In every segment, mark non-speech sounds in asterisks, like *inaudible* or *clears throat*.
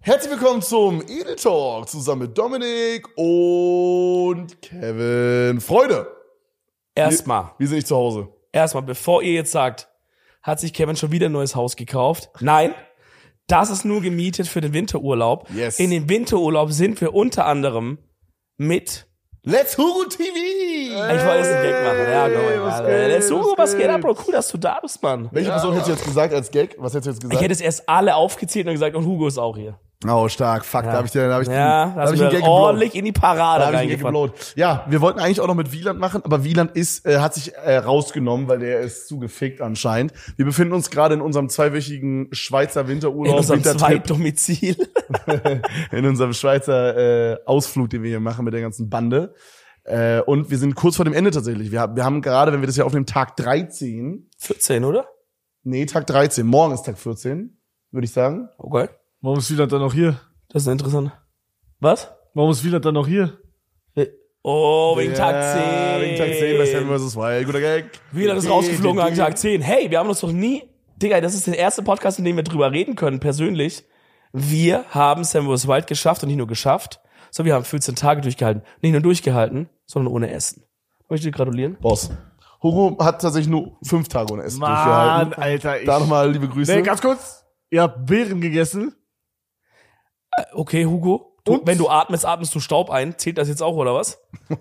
Herzlich willkommen zum Edel Talk zusammen mit Dominik und Kevin. Freude! Erstmal, Wir sind nicht zu Hause. erstmal, bevor ihr jetzt sagt, hat sich Kevin schon wieder ein neues Haus gekauft? Nein. Das ist nur gemietet für den Winterurlaub. Yes. In den Winterurlaub sind wir unter anderem mit. Let's Hugo TV! ich wollte jetzt einen Gag machen. Ja, Hey, komm, was Alter. geht, Let's Hugo, was geht ab, Bro? Bro? Cool, dass du da bist, Mann. Welche Person hättest du jetzt gesagt als Gag? Was hättest du jetzt Ich gesagt? hätte es erst alle aufgezählt und gesagt, und Hugo ist auch hier. Oh, stark. Fuck, da habe ich dir, da habe ich, Ja, da hab hast ich du einen mir Gag geblowt. ordentlich in die Parade Da habe ich einen Gag reingefahren. geblowt. Ja, wir wollten eigentlich auch noch mit Wieland machen, aber Wieland ist, äh, hat sich äh, rausgenommen, weil der ist zu gefickt anscheinend. Wir befinden uns gerade in unserem zweiwöchigen Schweizer In Winterurlaub, unserem Wintertrip. *laughs* Zweitdomizil. in unserem Schweizer äh, Ausflug, den wir hier machen mit der ganzen Bande. Äh, und wir sind kurz vor dem Ende tatsächlich. Wir, haben- wir haben gerade, wenn wir das hier aufnehmen, Tag 13. 14, oder? Nee, Tag 13. Morgen ist Tag 14, würde ich sagen. Okay. Warum ist Wieland dann noch hier? Das ist interessant. Was? Warum ist Wieland dann noch hier? Oh, wegen Tag 10. Wegen Tag 10 bei Seven vs. Wild. Guter Gag. Wieland ist rausgeflogen an Tag 10. Hey, wir haben uns doch nie. Digga, das ist der erste Podcast, in dem wir drüber reden können, persönlich. Wir haben Sam vs. Wild geschafft und nicht nur geschafft, sondern wir haben 14 Tage durchgehalten. Nicht nur durchgehalten, sondern ohne Essen. Möchte ich dir gratulieren? Boss. Hugo hat tatsächlich nur fünf Tage ohne Essen Mann, durchgehalten. Alter. Ich, Da nochmal liebe Grüße. nee, ganz kurz. Ihr habt Beeren gegessen. Äh, Okay, Hugo. Du, Und? wenn du atmest, atmest du Staub ein. Zählt das jetzt auch, oder was?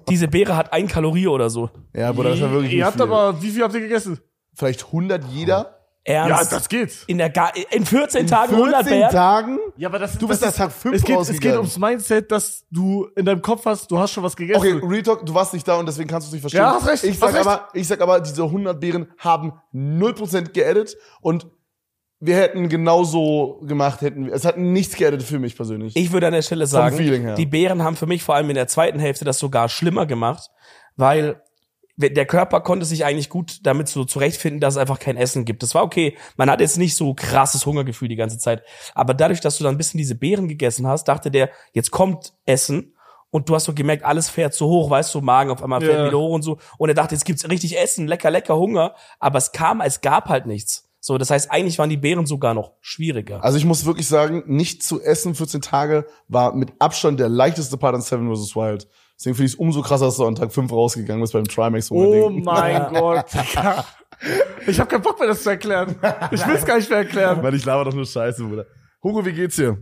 Diese Beere hat ein Kalorie oder so. ja, Bruder, das war wirklich Ihr nicht habt viel. aber, wie viel habt ihr gegessen? Vielleicht 100 jeder. Ernst? Ja, das geht. in, der Ga in 14 Tagen 100 14 Bären? Tagen? Ja, aber das Du bist das erst Tag fünf es geht, es rausgegangen. geht ums Mindset, dass du in deinem Kopf hast, du hast schon was Okay, gegessen. Real Talk, du warst nicht da und deswegen kannst du es nicht verstehen. Ja, hast recht, Ich sag, hast recht. Aber, ich sag aber, diese 100 Bären haben 0% geedit und wir hätten genauso gemacht, hätten wir. Es hat nichts geedit für mich persönlich. Ich würde an der Stelle sagen, Feeling her. die Bären haben für mich vor allem in der zweiten Hälfte das sogar schlimmer gemacht, weil der Körper konnte sich eigentlich gut damit so zurechtfinden, dass es einfach kein Essen gibt. Das war okay. Man hat jetzt nicht so krasses Hungergefühl die ganze Zeit. Aber dadurch, dass du dann ein bisschen diese Beeren gegessen hast, dachte der, jetzt kommt Essen. Und du hast so gemerkt, alles fährt so hoch, weißt du, Magen auf einmal fährt Ja. wieder hoch und so. Und er dachte, jetzt gibt's richtig Essen, lecker, lecker Hunger. Aber es kam, es gab halt nichts. So, das heißt, eigentlich waren die Beeren sogar noch schwieriger. also ich muss wirklich sagen, nicht zu essen 14 Tage war mit Abstand der leichteste Part an Seven vs. Wild. Deswegen finde ich es umso krasser, dass du an Tag 5 rausgegangen bist beim Trimax. oh Ding. mein Gott. Ich habe keinen Bock mehr, das zu erklären. Ich will es gar nicht mehr erklären. Weil ich laber doch nur Scheiße, Bruder. *laughs* Hugo, wie geht's dir?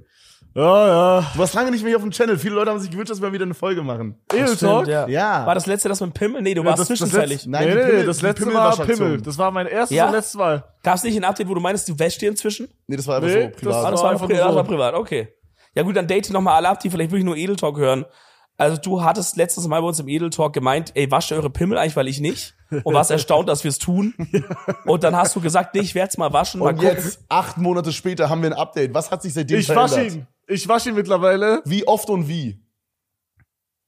Ja, ja. Du warst lange nicht mehr hier auf dem Channel. Viele Leute haben sich gewünscht, dass wir wieder eine Folge machen. Edel Talk. ja. Ja. War das letzte das mit dem Pimmel? Nee, du Ja, warst das- das zwischenzeitlich. letzte- Nein, die nee, nee, Pimmel- das die letzte Pimmel Mal war Station. Pimmel. Das war mein erstes Ja? und letztes Mal. Gab es nicht ein Update, wo du meinst, du wäschst dir inzwischen? Nee, das war einfach Nee, so privat. Ah, das war war einfach einfach privat, nur das so. war privat, okay. Ja gut, dann date nochmal alle ab, die vielleicht wirklich nur Edeltalk hören. Also du hattest letztes Mal bei uns im Edeltalk gemeint, ey, wascht eure Pimmel eigentlich, weil ich nicht. Und warst erstaunt, dass wir es tun. Und dann hast du gesagt, nee, ich werd's mal waschen, mal Und gucken. jetzt, acht Monate später, haben wir ein Update. Was hat sich seitdem Ich verändert? wasche ihn. Ich wasche ihn mittlerweile. Wie oft und wie?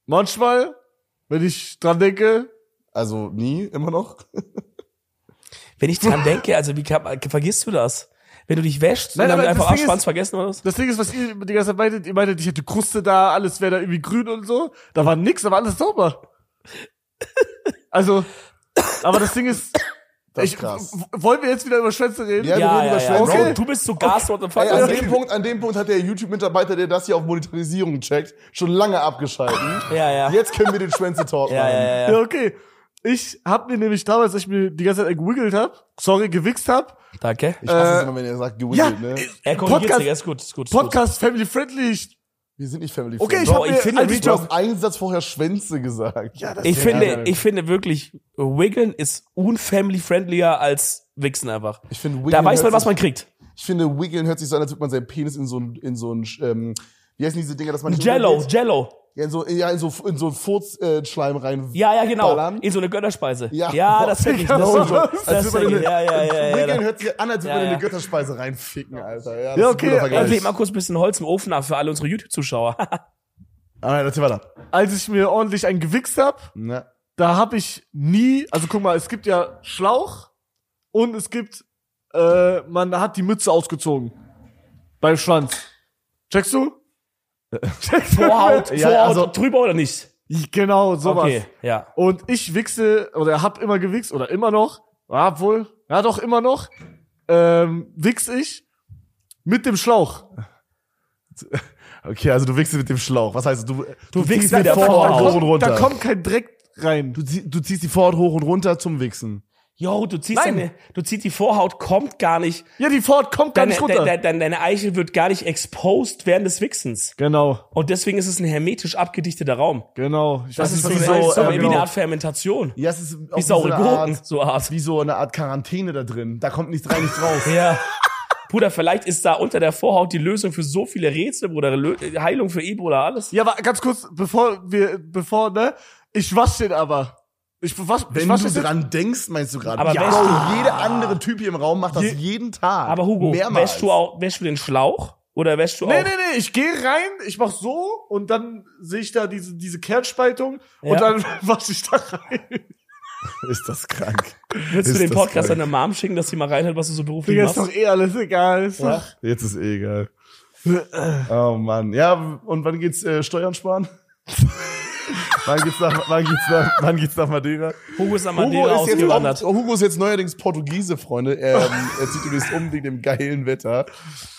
Manchmal, wenn ich dran denke, Also nie, immer noch. Wenn ich dran denke, also wie kann, vergisst du das? Wenn du dich wäschst Nein, und dann aber einfach das Ding Abspanz ist- vergessen oder was? das Ding ist, was ihr die ganze Zeit meintet, ihr meintet, ich hätte Kruste da, alles wäre da irgendwie grün und so. Da war nix, aber alles sauber. Also, aber das Ding ist, Das ist ich, krass. w- wollen wir jetzt wieder über Schwänze reden? Ja, wir reden über Schwänze. Bro, Okay. also Du bist so Gas, what the fuck? Ey, an, Okay. dem Punkt, an dem Punkt hat der YouTube-Mitarbeiter, der das hier auf Monetarisierung checkt, schon lange abgeschalten. Ja, ja. Jetzt können wir den Schwänze-Talk Ja, machen. ja, ja. Ja, okay. Ich hab mir nämlich damals, als ich mir die ganze Zeit gewiggelt hab, sorry, gewichst hab, Danke. Ich hasse es Äh, immer, wenn er sagt, ja, gewickelt, ne? Er korrigiert Podcast, sich, ist gut, ist gut. Ist gut. Podcast family friendly. Ich- Wir sind nicht family Okay, ich friends. Bro, hab ich mir, finde, als ich Du hast einen Satz vorher Schwänze gesagt. Ja, das- Ich Deswegen, finde, Alter. ich finde wirklich, Wiggeln ist unfamily-friendlier als Wichsen einfach. Ich finde, Da wiggeln weiß man, hört was sich- man kriegt. Ich finde, wiggeln hört sich so an, als würde man seinen Penis in so ein, in so ein, ähm, wie heißen diese Dinger, dass man nicht Jello, untergeht? Jello. Ja, in so, ja, in so, in so einen Furz-Schleim rein. Ja, ja, genau. Ballern. In so eine Gönnerspeise. *laughs* Ja. Ja, das finde ich. Das No joke. finde ich. Als Das würde finde man ich. Ja, ja, ja. ja, Wiggeln ja. hört sich an, als würde Ja, man in eine ja. also- Götterspeise reinficken, Alter. Ja, das Ja, ist ein guter okay, Vergleich. Erklärt mal kurz ein bisschen Holz im Ofen ab für alle *laughs* unsere YouTube-Zuschauer. *laughs* Ah, nein, erzähl weiter. Ne? als ich mir ordentlich einen gewichst hab, Na, da habe ich nie, also guck mal, es gibt ja Schlauch und es gibt, äh, man hat die Mütze ausgezogen. Beim Schwanz. *laughs* Checkst du? Checkst du? Vorhaut, Ja, Vorhaut also- drüber oder nicht? Genau, sowas. Okay, ja. Und ich wichse, oder hab immer gewichst, oder immer noch, ja, wohl, ja doch, immer noch, ähm, wichs ich mit dem Schlauch. Okay, also du wickst mit dem Schlauch. Was heißt du? Du, wickst ziehst mit die der Vorhaut Vorhaut. hoch und runter. Da kommt kein Dreck rein. du, zieh- du ziehst die Vorhaut hoch und runter zum Wichsen. Yo, du ziehst, Nein. deine, du ziehst die Vorhaut, kommt gar nicht. ja, die Ford kommt gar Deine, nicht runter. de, de, de, deine Eichel wird gar nicht exposed während des Wichsens. genau, Und deswegen ist es ein hermetisch abgedichteter Raum. genau. Ich Das, weiß ist, nicht, wie, was so- so, das äh, wie genau. eine Art Fermentation. Ja, es ist auch Wie saure so eine Gurken, Art, so Art. wie so eine Art Quarantäne da drin. Da kommt nichts rein, nichts *laughs* raus. Ja. Bruder, vielleicht ist da unter der Vorhaut die Lösung für so viele Rätsel, Bruder. Lö- Heilung für Ebola, alles. Ja, aber ganz kurz, bevor wir, bevor, ne? Ich wasch den aber. Ich wasch, ich Wenn wasch du den jetzt- dran denkst, meinst du gerade. Aber ja. wäschst Bro, jeder andere Typ hier im Raum macht das Je- jeden Tag. Aber Hugo, mehrmals. wäschst du auch, wäschst du den Schlauch? Oder wäschst du Nee, auch? nee, nee, ich gehe rein, ich mach so und dann sehe ich da diese, diese Kernspaltung Ja. und dann *laughs* wasch ich da rein. Ist das krank? Willst du Ist den das Podcast geil. deiner Mom schicken, dass sie mal reinhört, was du so beruflich Digga, ist machst? doch eh alles egal. Ist Ja. doch, Jetzt ist eh egal. Oh Mann. Ja, und wann geht's äh, Steuern sparen? *laughs* wann geht's nach, wann geht's nach, wann geht's nach Madeira? Hugo ist am Hugo Madeira ist, jetzt, oh, ausgewandert. Hugo ist jetzt neuerdings Portugiese, Freunde. Ähm, er zieht übrigens um wegen dem geilen Wetter.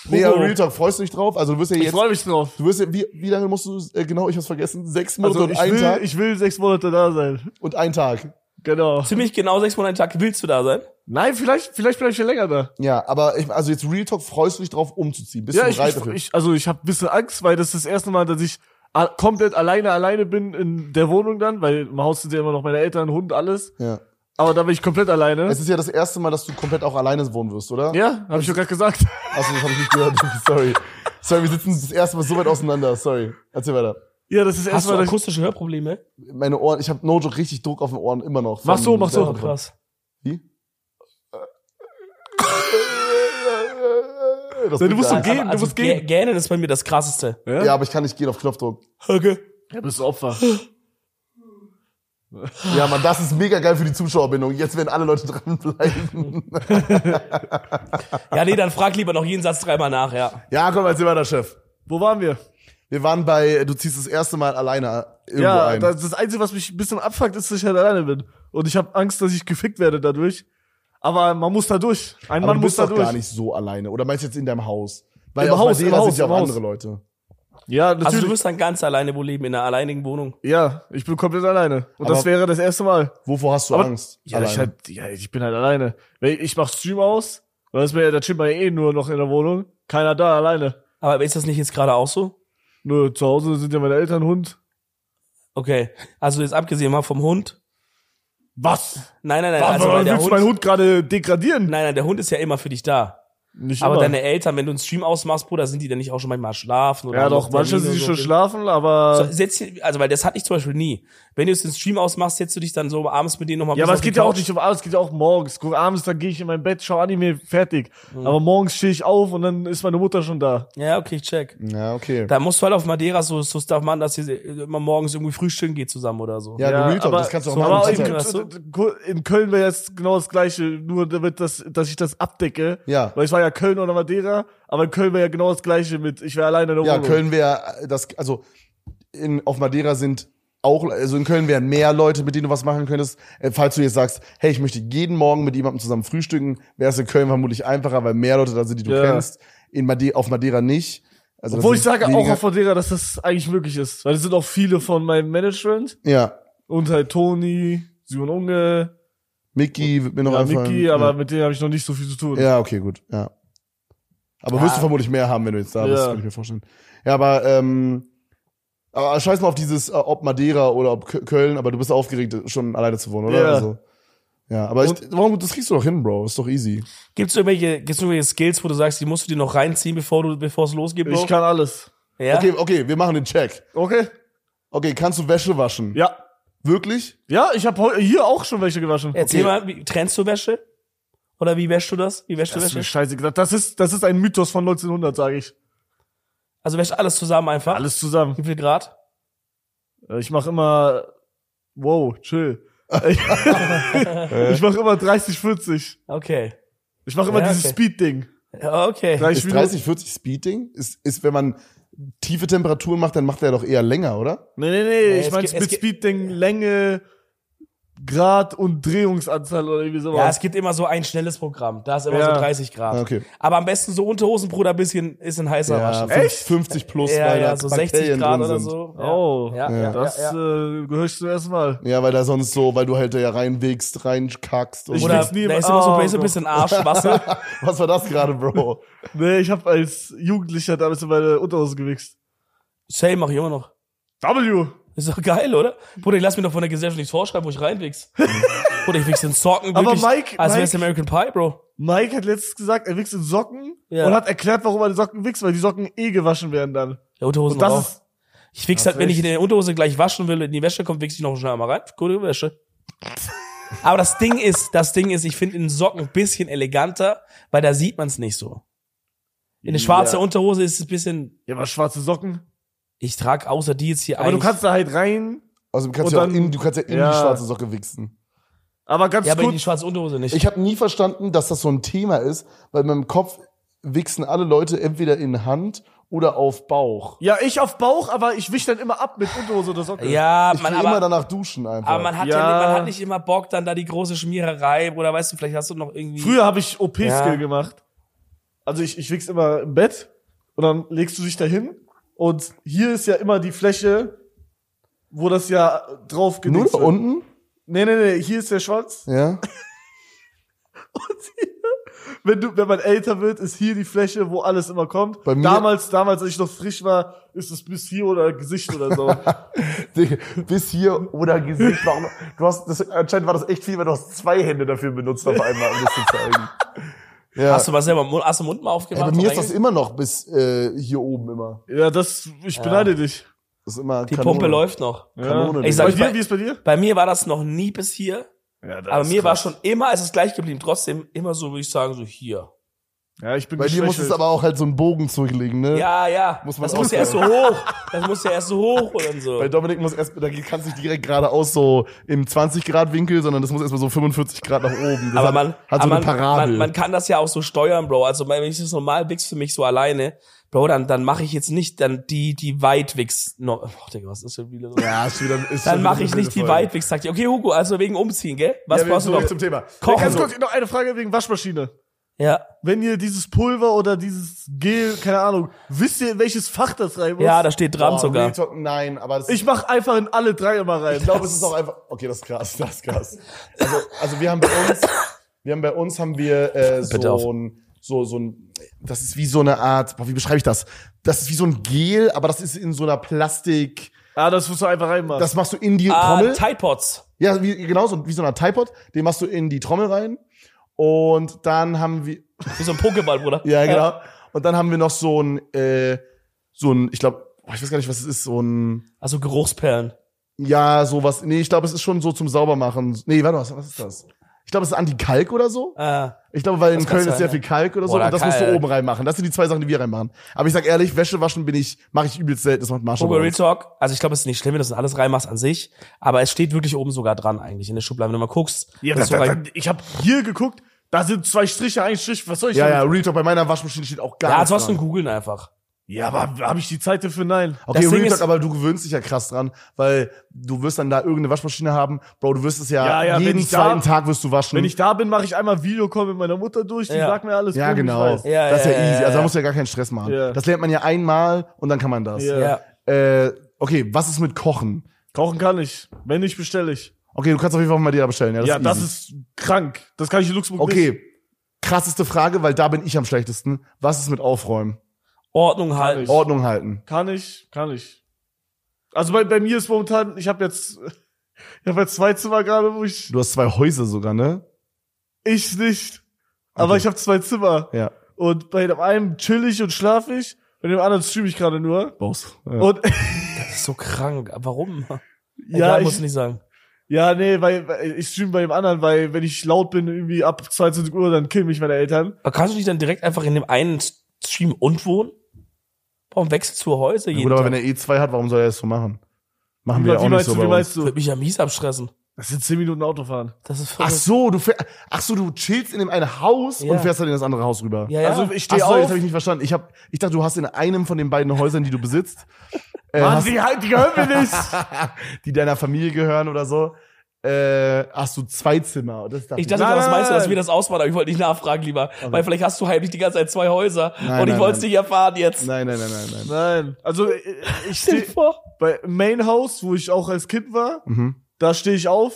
Nee, Hugo. aber Real Talk, freust du dich drauf? Also du wirst ja ich jetzt, freue mich drauf. du wirst ja, wie, wie lange musst du, äh, genau, ich hab's vergessen, sechs Monate Also und ich einen will, Tag ich will sechs Monate da sein. und einen Tag. Genau. Ziemlich genau sechs Monate am Tag willst du da sein? Nein, vielleicht, vielleicht bin ich ja länger da. Ja, aber ich, also jetzt Real Talk, freust du dich drauf, umzuziehen? Bist Ja, du ich, bereit ich, dafür? ich, also ich habe ein bisschen Angst, weil das ist das erste Mal, dass ich a- komplett alleine, alleine bin in der Wohnung dann, weil im Haus sind ja immer noch meine Eltern, Hund, alles. ja. Aber da bin ich komplett alleine. Es ist ja das erste Mal, dass du komplett auch alleine wohnen wirst, oder? ja, habe ich doch gerade gesagt. Achso, das habe ich nicht gehört. *laughs* Sorry. Sorry, wir sitzen das erste Mal so weit auseinander. Sorry. Erzähl weiter. Ja, das ist Hast du erstmal. dass ich- akustische Hörprobleme? Meine Ohren, ich habe no joke richtig Druck auf den Ohren immer noch. Mach so, mach so. Oh, krass. Wie? Das Nein, du musst bringt so gar gehen, Aber du musst gehen. Also gä- Gähnen ist bei mir das krasseste. nichts. Ja, aber ich kann nicht gehen auf Knopfdruck. Okay. Ja, bist du Opfer. Ja, Mann, das ist mega geil für die Zuschauerbindung. Jetzt werden alle Leute *laughs* dranbleiben. Ja, nee, dann frag lieber noch jeden Satz dreimal nach, ja. Ja, komm, erzähl weiter, Chef. Wo waren wir? Wir waren bei, du ziehst das erste Mal alleine irgendwo ja, ein. Das, das Einzige, was mich ein bisschen abfuckt, ist, dass ich halt alleine bin. Und ich habe Angst, dass ich gefickt werde dadurch. Aber man muss da durch. Ein aber Mann du muss bist da doch durch. gar nicht so alleine. Oder meinst du jetzt in deinem Haus? Weil Im auf Haus, im Madeira Haus, sind ja im auch Haus. andere Leute. Ja, natürlich. Also du wirst dann ganz alleine wo leben, in einer alleinigen Wohnung. ja, ich bin komplett alleine. Und das Aber- wäre das erste Mal. Wovor hast du Aber- Angst? Ja, ich, halt, ja, ich bin halt alleine. Weil Ich mach Stream aus, weil das mir ja, da chillt man ja eh nur noch in der Wohnung. Keiner da, alleine. Aber ist das nicht jetzt gerade auch so? Nur zu Hause sind ja meine Eltern Hund. Okay. Also jetzt abgesehen mal vom Hund. Was? Nein, nein, nein. Also, Also weil der willst Hund, du meinen Hund gerade degradieren? Nein, nein, der Hund ist ja immer für dich da. Nicht Aber immer. deine Eltern, wenn du einen Stream ausmachst, Bruder, sind die dann nicht auch schon manchmal schlafen? Oder ja, haben doch, noch manche Termine sind und schon so? schlafen, aber. So, setz, dich- also, weil das hatte ich zum Beispiel nie. Wenn du jetzt den Stream ausmachst, setzt du dich dann so abends mit denen nochmal Ja, aber es geht ja auch nicht um abends, es geht ja auch morgens. Guck, abends, dann gehe ich in mein Bett, schau Anime, fertig. Mhm. Aber morgens stehe ich auf und dann ist meine Mutter schon da. Ja, okay, ich check. ja, okay. Da musst du halt auf Madeira so, so Stuff machen, dass ihr immer morgens irgendwie frühstücken geht zusammen oder so. Ja, Real Talk, das halt- kannst du auch so, machen. aber Sonst- in, weißt in Köln wäre jetzt genau das Gleiche, nur damit, das, dass ich das abdecke. Ja. Weil ich war ja Köln oder Madeira, aber in Köln wäre ja genau das Gleiche mit, ich wäre alleine in der Ja, Wohnung. Köln wäre äh, das, also in, auf Madeira sind auch, also in Köln wären mehr Leute, mit denen du was machen könntest. Äh, falls du jetzt sagst, hey, ich möchte jeden Morgen mit jemandem zusammen frühstücken, wäre es in Köln vermutlich einfacher, weil mehr Leute da sind, die du Ja. kennst. In Made auf Madeira nicht. Also das Obwohl ich sind sage auch weniger- auf Madeira, dass das eigentlich möglich ist. Weil es sind auch viele von meinem Management Ja, und halt Toni, Simon Unge, Mickey wird mir noch ja, einfallen. Mickey, aber mit denen habe ich noch nicht so viel zu tun. ja. ja, okay, gut, ja. Aber wirst du Ja. vermutlich mehr haben, wenn du jetzt da bist, Ja. kann ich mir vorstellen. Ja, aber, ähm, aber scheiß mal auf dieses, äh, ob Madeira oder ob Kö- Köln, aber du bist aufgeregt, schon alleine zu wohnen, oder? Ja. Also, ja, aber ich, warum, das kriegst du doch hin, Bro, ist doch easy. Gibt's irgendwelche, gibt's irgendwelche Skills, wo du sagst, die musst du dir noch reinziehen, bevor du, bevor es losgeht, Bro? Ich kann alles. ja? Okay, okay, wir machen den Check. Okay? Okay, kannst du Wäsche waschen? Ja. Wirklich? Ja, ich habe hier auch schon welche gewaschen. Erzähl okay. mal, wie, trennst du Wäsche? Oder wie wäschst du das? Wie wäschst du Das ist mir Wäsche? scheiße gesagt. Das ist, das ist ein Mythos von 1900, sage ich. Also wäschst alles zusammen einfach? Alles zusammen. Wie viel Grad? Äh, Ich mache immer, wow, *laughs* chill. ich mache immer 30, 40. Okay. Ich mache immer Ja, dieses okay. Speed-Ding. Ja, Okay. 30 Ist 30, 40 Speeding? Ist, ist, wenn man tiefe Temperaturen macht, dann macht er doch eher länger, oder? Nee, nee, nee, Nee, ich es meine geht- es mit geht- Speed-Ding, Länge, Grad und Drehungsanzahl oder irgendwie Ja, sowas. es gibt immer so ein schnelles Programm. Da ist immer Ja. so 30 Grad. Ah, okay. Aber am besten so Unterhosen, Bruder, bisschen ist ein heißer Ja, Waschen. fünf- 50 plus, Ja, weil ja, da so 60 Bakterien Grad drin oder sind. so. Ja. Oh, Ja, Ja. ja, das ja, ja. äh, gehöre ich zum ersten Mal. Ja, weil da sonst so, weil du halt da ja reinwegst, reinkackst. Und Ich Oder will's nie- da ist immer so, Oh, da ist so ein Gott. bisschen *laughs* Arschwasser. was war das gerade, *laughs* Bro? Nee, ich habe als Jugendlicher damals in meine Unterhose gewichst. Same mach ich immer noch. W! Ist doch geil, oder? Bruder, ich lass mir doch von der Gesellschaft nichts vorschreiben, wo ich *laughs* reinwichs. Bruder, ich wichs in Socken. Aber wirklich, Ah, Mike- Als wär's Mike- American Pie, Bro. Mike hat letztens gesagt, er wichst in Socken Ja. und hat erklärt, warum er die Socken wichst, weil die Socken eh gewaschen werden dann. Ja, Unterhosen Und das auch. ist Ich wichs Hast halt, wenn ich recht. in der Unterhose gleich waschen will, in die Wäsche kommt, wichs ich noch schnell einmal rein. Gute Wäsche. Aber das Ding ist, das Ding ist, ich finde in Socken ein bisschen eleganter, weil da sieht man's nicht so. In eine schwarze Ja. Unterhose ist es ein bisschen, Ja, aber schwarze Socken. ich trage außer die jetzt hier Aber du eigentlich- kannst da halt rein. Also du kannst, Und ja, auch dann- in, du kannst ja in Ja. die schwarze Socke wichsen. Aber ganz ja, aber in die kurz. schwarze Unterhose nicht. Ich habe nie verstanden, dass das so ein Thema ist, weil in meinem Kopf wichsen alle Leute entweder in Hand oder auf Bauch. Ja, ich auf Bauch, aber ich wisch dann immer ab mit Unterhose oder Socken. ja, Ich man, will immer aber, danach duschen einfach. aber man hat ja, Ja. nicht- man hat nicht immer Bock, dann da die große Schmiererei, oder weißt du, vielleicht hast du noch irgendwie. Früher habe ich OP-Skill Ja. gemacht. Also ich, ich wichs immer im Bett und dann legst du dich dahin und hier ist ja immer die Fläche, wo das ja drauf Nur gewichst da wird. unten? Nee, nee, nee, hier ist der Schwanz. Ja. *laughs* Wenn, du, wenn man älter wird, ist hier die Fläche, wo alles immer kommt. Bei mir- damals, damals, als ich noch frisch war, ist es bis hier oder Gesicht oder *laughs* so. Digga, Bis hier oder Gesicht. Warum? Du hast, das, anscheinend war das echt viel, weil du hast zwei Hände dafür benutzt auf einmal, um das zu zeigen. Ja. Hast du mal selber Mund- hast du den Mund mal Ey, aufgemacht? bei mir und ist das reinge- immer noch bis äh, hier oben immer. ja, das, ich beneide dich. Das ist immer die Kanone. Pumpe läuft noch. Ja. Kanone, ich Digga. sag, bei Ich sag- dir, wie ist bei dir? Bei mir war das noch nie bis hier, Ja, das aber ist mir war krass. schon immer, es ist gleich geblieben, trotzdem immer so, würde ich sagen, so hier. Ja, ich bin Bei dir muss es geschwächelt. aber auch halt so einen Bogen zurücklegen, ne? Ja, ja. Muss man das muss ja erst so hoch. Das muss ja erst so hoch und dann so. Bei Dominik muss erst, da kannst du nicht direkt geradeaus so im 20-Grad-Winkel, sondern das muss erstmal so 45 Grad nach oben. Das aber hat, man, hat so aber eine man, Parabel. Man, man kann das ja auch so steuern, Bro. Also wenn ich das normal wichs für mich so alleine, Bro, dann, dann mache ich jetzt nicht dann die, die weit wichs. No, oh, Digga, was ist schon wieder so? ja, ist wieder, ist Dann mache ich nicht die Weite. Weitwichs. Sagt okay, Hugo, also wegen Umziehen, gell? Was brauchst du noch? zum Thema? Kochen. Ganz so. kurz, noch eine Frage wegen Waschmaschine. Ja, Wenn ihr dieses Pulver oder dieses Gel, keine Ahnung, wisst ihr, in welches Fach das rein muss? ja, da steht dran Boah, sogar. Real Talk, nein, aber das, ich mach einfach in alle drei immer rein. ich glaube, es ist auch einfach, okay, das ist krass, das ist krass. Also, also wir haben bei uns, wir haben bei uns, haben wir, äh, Bitte auf. so ein, so, so ein, das ist wie so eine Art, boah, wie beschreibe ich das? Das ist wie so ein Gel, aber das ist in so einer Plastik, ah, das musst du einfach reinmachen. das machst du in Äh, die Ah, Trommel. Tide Pods. Ja, wie, genau so, wie so eine Art Typod. Den machst du in die Trommel rein. Und dann haben wir, Wie so ein Pokéball, Bruder. ja, genau. Und dann haben wir noch so ein, äh, so ein, ich glaube, ich weiß gar nicht, was es ist, so ein, Also Geruchsperlen. ja, sowas. Nee, ich glaube, es ist schon so zum Saubermachen. Nee, warte, was, was ist das? Ich glaube, es ist Anti-Kalk oder so. Äh, Ich glaube, weil in kann Köln ist sein, sehr ja. viel Kalk oder so. Boah, da und das kann- musst du oben reinmachen. Das sind die zwei Sachen, die wir reinmachen. Aber ich sag ehrlich, Wäsche waschen bin ich, mache ich übelst selten. Das macht Marsha. Hugo bei Real uns. Talk. Also ich glaube, es ist nicht schlimm, wenn du das alles reinmachst an sich. Aber es steht wirklich oben sogar dran eigentlich in der Schublade. Wenn du mal guckst, ja, das da, ist so da, rein. da, ich habe hier geguckt, da sind zwei Striche, ein Strich, was soll ich Ja, ja, damit? Real Talk. Bei meiner Waschmaschine steht auch gar Ja, nichts ansonsten dran. googeln einfach. Ja, aber habe ich die Zeit dafür? Nein. Okay, Das Ding Real Talk, ist- aber du gewöhnst dich ja krass dran, weil du wirst dann da irgendeine Waschmaschine haben. Bro, du wirst es ja, Ja, ja, wenn jeden ich da- zweiten Tag wirst du waschen. Wenn ich da bin, mache ich einmal Videocall mit meiner Mutter durch, die Ja. sagt mir alles. ja, gut, ich genau. weiß. Ja, das ist ja, ja, ja, easy. ja, Also da ja. musst du ja gar keinen Stress machen. Ja. Das lernt man ja einmal und dann kann man das. Ja. Ja. Äh, okay, was ist mit Kochen? Kochen kann ich. Wenn nicht, bestelle ich. Okay, du kannst auf jeden Fall mal dir da bestellen. Ja, das, ja, ist, das easy. ist krank. Das kann ich in Luxemburg nicht. Okay, krasseste Frage, weil da bin ich am schlechtesten. Was ist mit Aufräumen? Ordnung halt. Oh, halten. ich. Ordnung halten. Kann ich, kann ich. Also bei, bei mir ist momentan, ich habe jetzt, *laughs* ich habe jetzt zwei Zimmer gerade, wo ich, Du hast zwei Häuser sogar, ne? ich nicht. Aber Okay. ich habe zwei Zimmer. Ja. Und bei dem einen chill ich und schlaf ich, bei dem anderen stream ich gerade nur. Boss. Ja. Und *laughs* Das ist so krank. Aber Warum? ja, Egal, musst ich, du nicht sagen. ja, nee, weil, weil ich stream bei dem anderen, weil wenn ich laut bin, irgendwie ab 22 Uhr, dann killen mich meine Eltern. Aber kannst du dich dann direkt einfach in dem einen Stream und wohnen? Warum wechselst du Häuser Ja, jeden Gut, aber Tag? wenn er E2 hat, warum soll er das so machen? Machen Wie, wir ja wie auch nicht meinst so du, wie bei uns. meinst Ich du? würde mich ja mies abstressen. Das sind 10 Minuten Autofahren. Das ist Ach verrückt. so, du fähr- ach so, du chillst in dem einen Haus Ja. und fährst dann in das andere Haus rüber. Ja, ja. Also ich Ach stehe so, jetzt auf. habe ich nicht verstanden. Ich hab, ich dachte, du hast in einem von den beiden Häusern, die du besitzt, äh, Mann, hast, *laughs* die, die gehören mir nicht. die deiner Familie gehören oder so, äh, hast du zwei Zimmer. Und Das dachte Ich dachte, Nein, was nein, meinst du, dass nein. wir das ausmachen, aber ich wollte nicht nachfragen lieber, weil vielleicht hast du heimlich die ganze Zeit zwei Häuser Nein, und ich nein, wollte es nein. nicht erfahren jetzt. nein, nein, nein, nein, nein. Nein. Also äh, ich Stell dir stehe vor. bei Main House, wo ich auch als Kind war, Mhm. da stehe ich auf,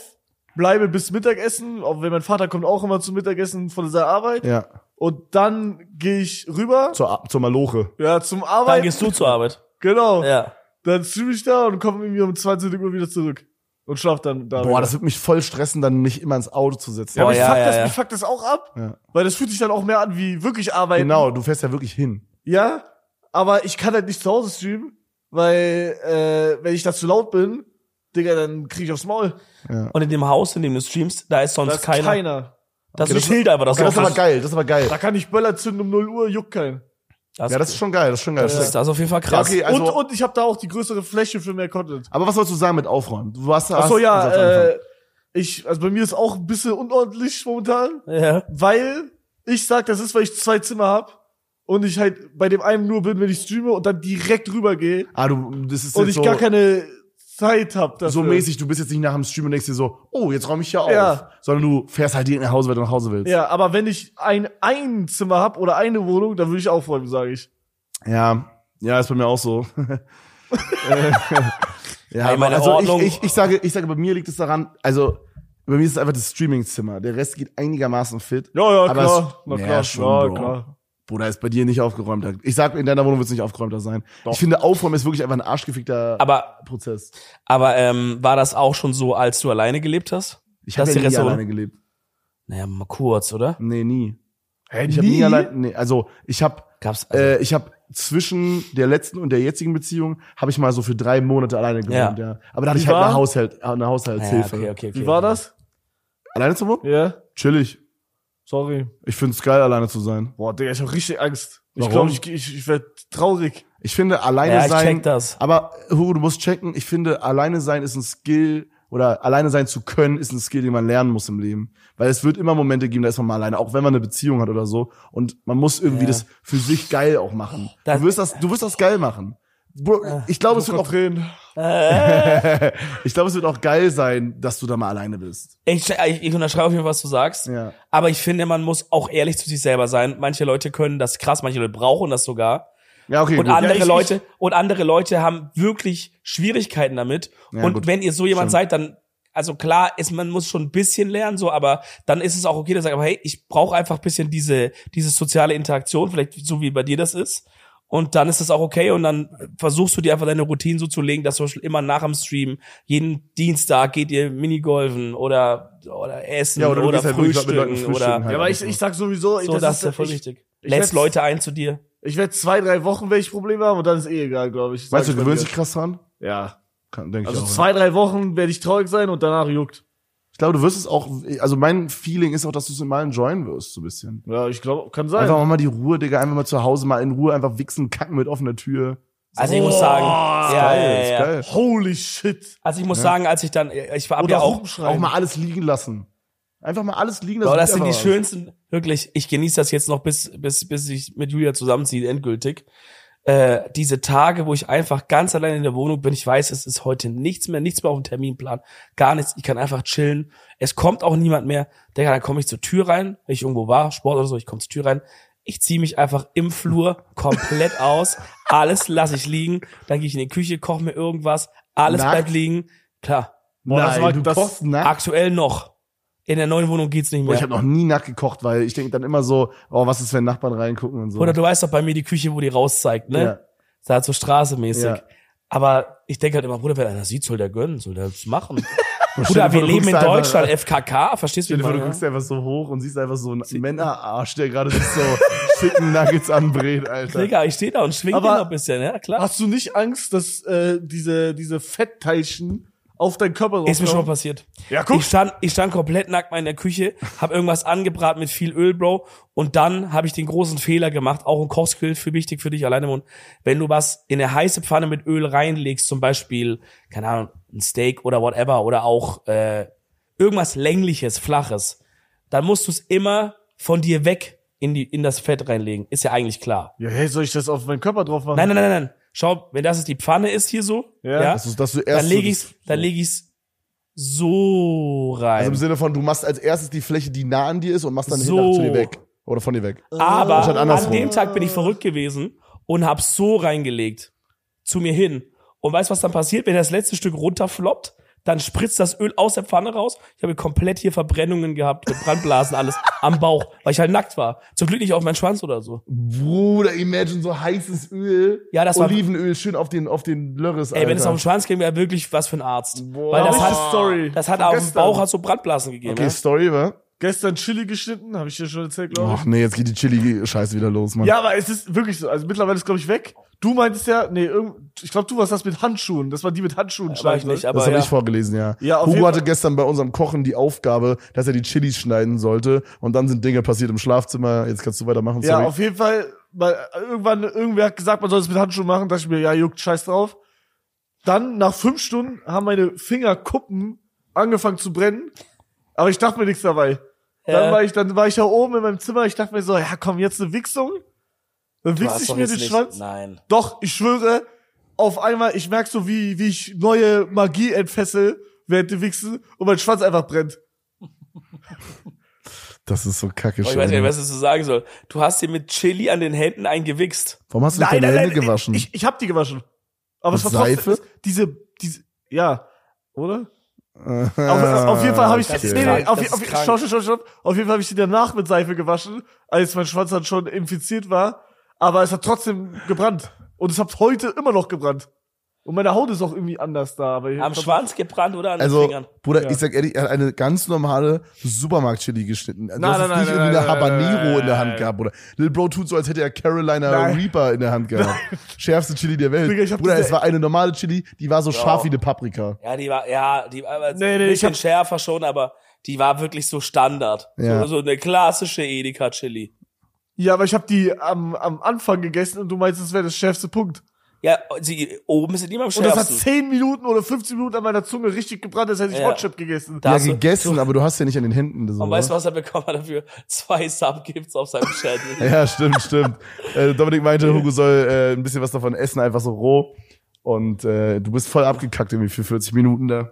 bleibe bis Mittagessen, auch wenn mein Vater kommt auch immer zum Mittagessen von seiner Arbeit. Ja. Und dann gehe ich rüber, Zur, zur Maloche. ja, zum Dann Arbeiten. gehst du zur Arbeit. genau. Ja. Dann züge ich da und komme irgendwie um 20 Uhr wieder zurück. Und schlaf dann da. Boah, wieder. das wird mich voll stressen, dann mich immer ins Auto zu setzen. ja, Boah, mich, ja, fuckt ja, das, ja. mich fuckt das auch ab, Ja. weil das fühlt sich dann auch mehr an wie wirklich arbeiten. Genau, du fährst ja wirklich hin. Ja, aber ich kann halt nicht zu Hause streamen, weil äh, wenn ich da zu laut bin, Digga, dann krieg ich aufs Maul. Und in dem Haus, in dem du streamst, da ist Da sonst ist keiner. keiner. Das Okay, ist das- Schild einfach, das Okay, das ist Haus aber geil, das ist aber geil. Da kann ich Böller zünden um 0 Uhr, juckt keinen. Das, Ja, das ist schon geil, das ist schon geil. das ist, das ist auf jeden Fall Ja, krass. okay, also, und, und ich habe da auch die größere Fläche für mehr Content. aber was wolltest du sagen mit Aufräumen? Du hast Ach so, hast- ja, hast angefangen. äh, ich, also bei mir ist auch ein bisschen unordentlich momentan, Ja. weil ich sag, das ist, weil ich zwei Zimmer hab und ich halt bei dem einen nur bin, wenn ich streame und dann direkt rübergehe Ah, du, das ist und jetzt ich so, gar keine Zeit hab dafür. so mäßig, du bist jetzt nicht nach dem Stream und denkst dir so, oh, jetzt räume ich hier auf. Ja. Sondern du fährst halt direkt nach Hause, weil du nach Hause willst. Ja, aber wenn ich ein, ein Zimmer hab oder eine Wohnung, dann würde ich aufräumen, sage ich. Ja, ja, ist bei mir auch so. *laughs* Äh, ja, Ey, aber meine also Ordnung- ich, ich, ich sage, ich sage, bei mir liegt es daran, also bei mir ist es einfach das Streamingzimmer. Der Rest geht einigermaßen fit. Ja, ja, Aber klar. es- Na Ja, klar, schon, ja, Bro. klar. Bruder, ist bei dir nicht aufgeräumt. Ich sag, in deiner Wohnung wird es nicht aufgeräumter sein. Ich finde, Aufräumen ist wirklich einfach ein arschgefickter Aber, Prozess. aber ähm, war das auch schon so, als du alleine gelebt hast? Ich habe ja Das ist nie die Restaurant- alleine gelebt. Naja, mal kurz, oder? Nee, nie. Hä, Ich habe nie allein, nee, also ich habe Gab's. äh, ich habe zwischen der letzten und der jetzigen Beziehung habe ich mal so für drei Monate alleine gewohnt, ja. Aber da hatte Wie ich halt eine, war? Haushalt, eine ja, Haushaltshilfe. okay, okay, okay. Wie war das? Alleine zu wohnen? Ja, Chillig. sorry. Ich find's geil, alleine zu sein. Boah, Digga, ich hab richtig Angst. Ich Warum? glaube, ich, ich, ich werd traurig. Ich finde, alleine Ja, ich sein. check das. Aber Hugo, du musst checken, ich finde, alleine sein ist ein Skill oder alleine sein zu können, ist ein Skill, den man lernen muss im Leben. Weil es wird immer Momente geben, da ist man mal alleine, auch wenn man eine Beziehung hat oder so. Und man muss irgendwie Ja. das für sich geil auch machen. Das- du wirst das, du wirst das geil machen. Bro, Ich glaube, es Ich wird muss auch, Tränen. Äh, *laughs* ich glaube, es wird auch geil sein, dass du da mal alleine bist. Ich, ich, ich unterschreibe auf jeden Fall, was du sagst. Ja. Aber ich finde, man muss auch ehrlich zu sich selber sein. Manche Leute können das krass, manche Leute brauchen das sogar. Ja, okay. Und gut. andere ja, ich- Leute und andere Leute haben wirklich Schwierigkeiten damit. Ja, und gut. wenn ihr so jemand Stimmt. seid, dann also klar ist man muss schon ein bisschen lernen so, aber dann ist es auch okay, dass sagt, aber hey, ich brauche einfach ein bisschen diese diese soziale Interaktion, vielleicht so wie bei dir das ist. Und dann ist es auch okay und dann versuchst du dir einfach deine Routinen so zu legen, dass zum Beispiel immer nach dem Stream, jeden Dienstag geht ihr Minigolfen oder, oder essen Ja, oder, oder du gehst halt wirklich mit frühstücken, Leuten frühstücken oder halt. Ja, aber ich, ich sag sowieso, so, das, ist ja voll ich, wichtig. ich Lädst werd- Leute ein zu dir. ich werd zwei, drei Wochen, wenn ich Probleme habe, und dann ist eh egal, glaube ich. Sag Meinst du, ich du bei gewöhnst mir. dich krass dran? Ja. Kann, denke Also ich auch. ne? zwei, drei Wochen werde ich traurig sein und danach juckt. Ich glaube, du wirst es auch, also mein Feeling ist auch, dass du es mal enjoyen wirst, so ein bisschen. Ja, ich glaube, kann sein. Einfach mal die Ruhe, Digga. Einfach mal zu Hause mal in Ruhe einfach wichsen, kacken mit offener Tür. Also ich muss Oh, sagen, ist ja, geil, ja, ist ja. geil. Holy shit. Also ich muss sagen, als ich dann, ich war ja auch, Auch rumschreien. mal alles liegen lassen. Einfach mal alles liegen lassen. boah, das sind die Einfach was. schönsten, wirklich, ich genieße das jetzt noch bis, bis, bis ich mit Julia zusammenziehe, endgültig. Äh, diese Tage, wo ich einfach ganz allein in der Wohnung bin, ich weiß, es ist heute nichts mehr, nichts mehr auf dem Terminplan, gar nichts, ich kann einfach chillen, es kommt auch niemand mehr, Digga, dann komme ich zur Tür rein, wenn ich irgendwo war, Sport oder so, ich komme zur Tür rein, ich ziehe mich einfach im Flur komplett aus, alles lasse ich liegen, dann gehe ich in die Küche, koche mir irgendwas, alles Nackt? bleibt liegen, klar. Boah, Nein, das war- du das- kochst nackt. Aktuell noch. In der neuen Wohnung geht's nicht Boah, mehr. ich habe noch nie nackt gekocht, weil ich denke dann immer so, oh, was ist, wenn Nachbarn reingucken und so. Oder du weißt doch bei mir die Küche, wo die rauszeigt, ne? Ja. Da halt so straßemäßig. Ja. Aber ich denke halt immer, Bruder, wenn einer sieht, soll der gönnen, soll der *laughs* es machen. Stell dir Bruder, vor, wir du leben guckst in einfach- Deutschland, FKK, verstehst du? Stell dir vor, wie du man- guckst einfach so hoch und siehst einfach so einen Männerarsch, der gerade sich *laughs* so schicken Nuggets anbrät, Alter. Digga, ich stehe da und schwing den Aber- noch ein bisschen, ja klar. Hast du nicht Angst, dass äh, diese, diese Fettteilchen auf deinen Körper raufkommen? Ist mir schon mal passiert. Ja, guck. Ich stand, ich stand komplett nackt mal in der Küche, hab irgendwas angebraten mit viel Öl, Bro. Und dann habe ich den großen Fehler gemacht, auch ein Kochskill für wichtig für dich alleine wohnen. Wenn du was in eine heiße Pfanne mit Öl reinlegst, zum Beispiel, keine Ahnung, ein Steak oder whatever, oder auch äh, irgendwas längliches, flaches, dann musst du es immer von dir weg in, die, in das Fett reinlegen. Ist ja eigentlich klar. Ja, hey, soll ich das auf meinen Körper drauf machen? Nein, nein, nein, nein. nein. Schau, wenn das jetzt die Pfanne ist hier so, Ja. ja, Also, dass du erst dann lege so ich's, dann lege ich's so Also im rein. Sinne von, du machst als erstes die Fläche, die nah an dir ist und machst dann So. hinterher zu dir weg. Oder von dir weg. Aber Anstatt an andersrum. dem Tag bin ich verrückt gewesen und hab so reingelegt. Zu mir hin. Und weißt du, was dann passiert? Wenn das letzte Stück runterfloppt, dann spritzt das Öl aus der Pfanne raus. Ich habe komplett hier Verbrennungen gehabt, mit Brandblasen, alles am Bauch, weil ich halt nackt war. Zum Glück nicht auf meinen Schwanz oder so. Bruder, imagine so heißes Öl. Ja, das war- Olivenöl schön auf den, auf den Lörres, Ey, wenn es auf Alter. den Schwanz ging, wäre wirklich was für ein Arzt. Boah. Weil das Richtig hat, Story. das hat auf dem Gestern. Bauch hat so Brandblasen gegeben. Okay, Story, wa? Gestern Chili geschnitten, habe ich dir schon erzählt, glaube ich. Ach nee, jetzt geht die Chili-Scheiße wieder los, Mann. Ja, aber es ist wirklich so. Also mittlerweile ist, glaube ich, weg. Du meintest ja, nee, irgend, ich glaube, du warst das mit Handschuhen. Das war die mit Handschuhen. ne? Ja, war ich Scheiße. nicht, Das aber habe ja. ich vorgelesen, ja. Ja, auf jeden Hugo hatte Fall. gestern bei unserem Kochen die Aufgabe, dass er die Chilis schneiden sollte. Und dann sind Dinge passiert im Schlafzimmer. Jetzt kannst du weitermachen, ja, sorry. auf jeden Fall. Weil äh, irgendwann, irgendwer hat gesagt, man soll es mit Handschuhen machen. Dachte ich mir, ja, juckt, scheiß drauf. Dann, nach fünf Stunden, haben meine Fingerkuppen angefangen zu brennen. Aber ich dachte mir nichts dabei. Dann, Äh. war ich, dann war ich da oben in meinem Zimmer. Ich dachte mir so, ja, komm, jetzt eine Wichsung. Dann Du wichse hast ich doch mir jetzt den nicht- Schwanz. Nein. Doch, ich schwöre, auf einmal, ich merk so, wie, wie ich neue Magie entfessel während dem Wichsen und mein Schwanz einfach brennt. das ist so kacke Oh, ich schon. weiß nicht, was ich dazu sagen soll. Du hast dir mit Chili an den Händen eingewichst. Warum hast du nicht deine Hände gewaschen? Ich, ich hab die gewaschen. Aber es war Mit trotzdem, Seife? diese, diese, ja, oder? Aha, auf, auf jeden Fall habe ich, Ah, das nee, ist nee, krank, auf, das ist auf, krank. stopp, stopp, stopp, stopp. auf jeden Fall habe ich die danach mit Seife gewaschen, als mein Schwanz dann schon infiziert war. Aber es hat trotzdem gebrannt. Und es hat heute immer noch gebrannt. Und meine Haut ist auch irgendwie anders da. Aber Am Schwanz gebrannt oder an den Also, Fingern? Bruder, Ja. ich sag ehrlich, er hat eine ganz normale Supermarkt-Chili geschnitten. Du Nein, hast nein, jetzt nicht nein, irgendwie eine nein, nein, Habanero nein, in der Hand nein. gehabt, Bruder. Lil Bro tut so, als hätte er Carolina Nein. Reaper in der Hand gehabt. Schärfste Chili der Welt. Digga, ich hab Bruder, diese- es war eine normale Chili, die war so scharf wie eine Paprika. Ja, die war, ja, die war aber Nee, ein nee, ich bisschen hab- schärfer schon, aber die war wirklich so Standard. Ja. So, so eine klassische Edeka-Chili. Ja, aber ich habe die am, am Anfang gegessen und du meinst, das wäre das schärfste Punkt. Ja, sie, oben sind immer am Und das hat schärfsten. 10 Minuten oder 15 Minuten an meiner Zunge richtig gebrannt, als hätte ich Ja. Hotchip gegessen. Da Ja, hast du- gegessen, aber du hast ja nicht an den Händen. So, Und weißt du, oder? was er bekommen hat dafür? Zwei Subgifts auf seinem *laughs* Channel. Ja, stimmt, stimmt. Äh, Dominik meinte, Hugo soll äh, ein bisschen was davon essen, einfach so roh. Und äh, du bist voll abgekackt irgendwie für 40 Minuten da.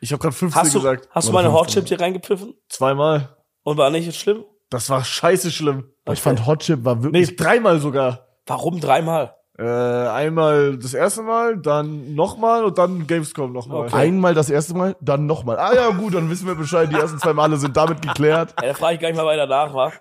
Ich habe gerade 15 Hast du, gesagt. hast du Oder mal eine 15. Hotchip hier reingepfiffen? Zweimal. Und war nicht schlimm? Das war scheiße schlimm. Aber ich fand Hot Chip war Nee, wirklich dreimal sogar. Warum dreimal? Äh, einmal das erste Mal, dann nochmal und dann Gamescom nochmal. Okay. einmal das erste Mal, dann nochmal. Ah ja, gut, dann wissen wir Bescheid. Die ersten zwei Male sind damit geklärt. Ja, da frage ich gar nicht mal weiter nach, *laughs* wa?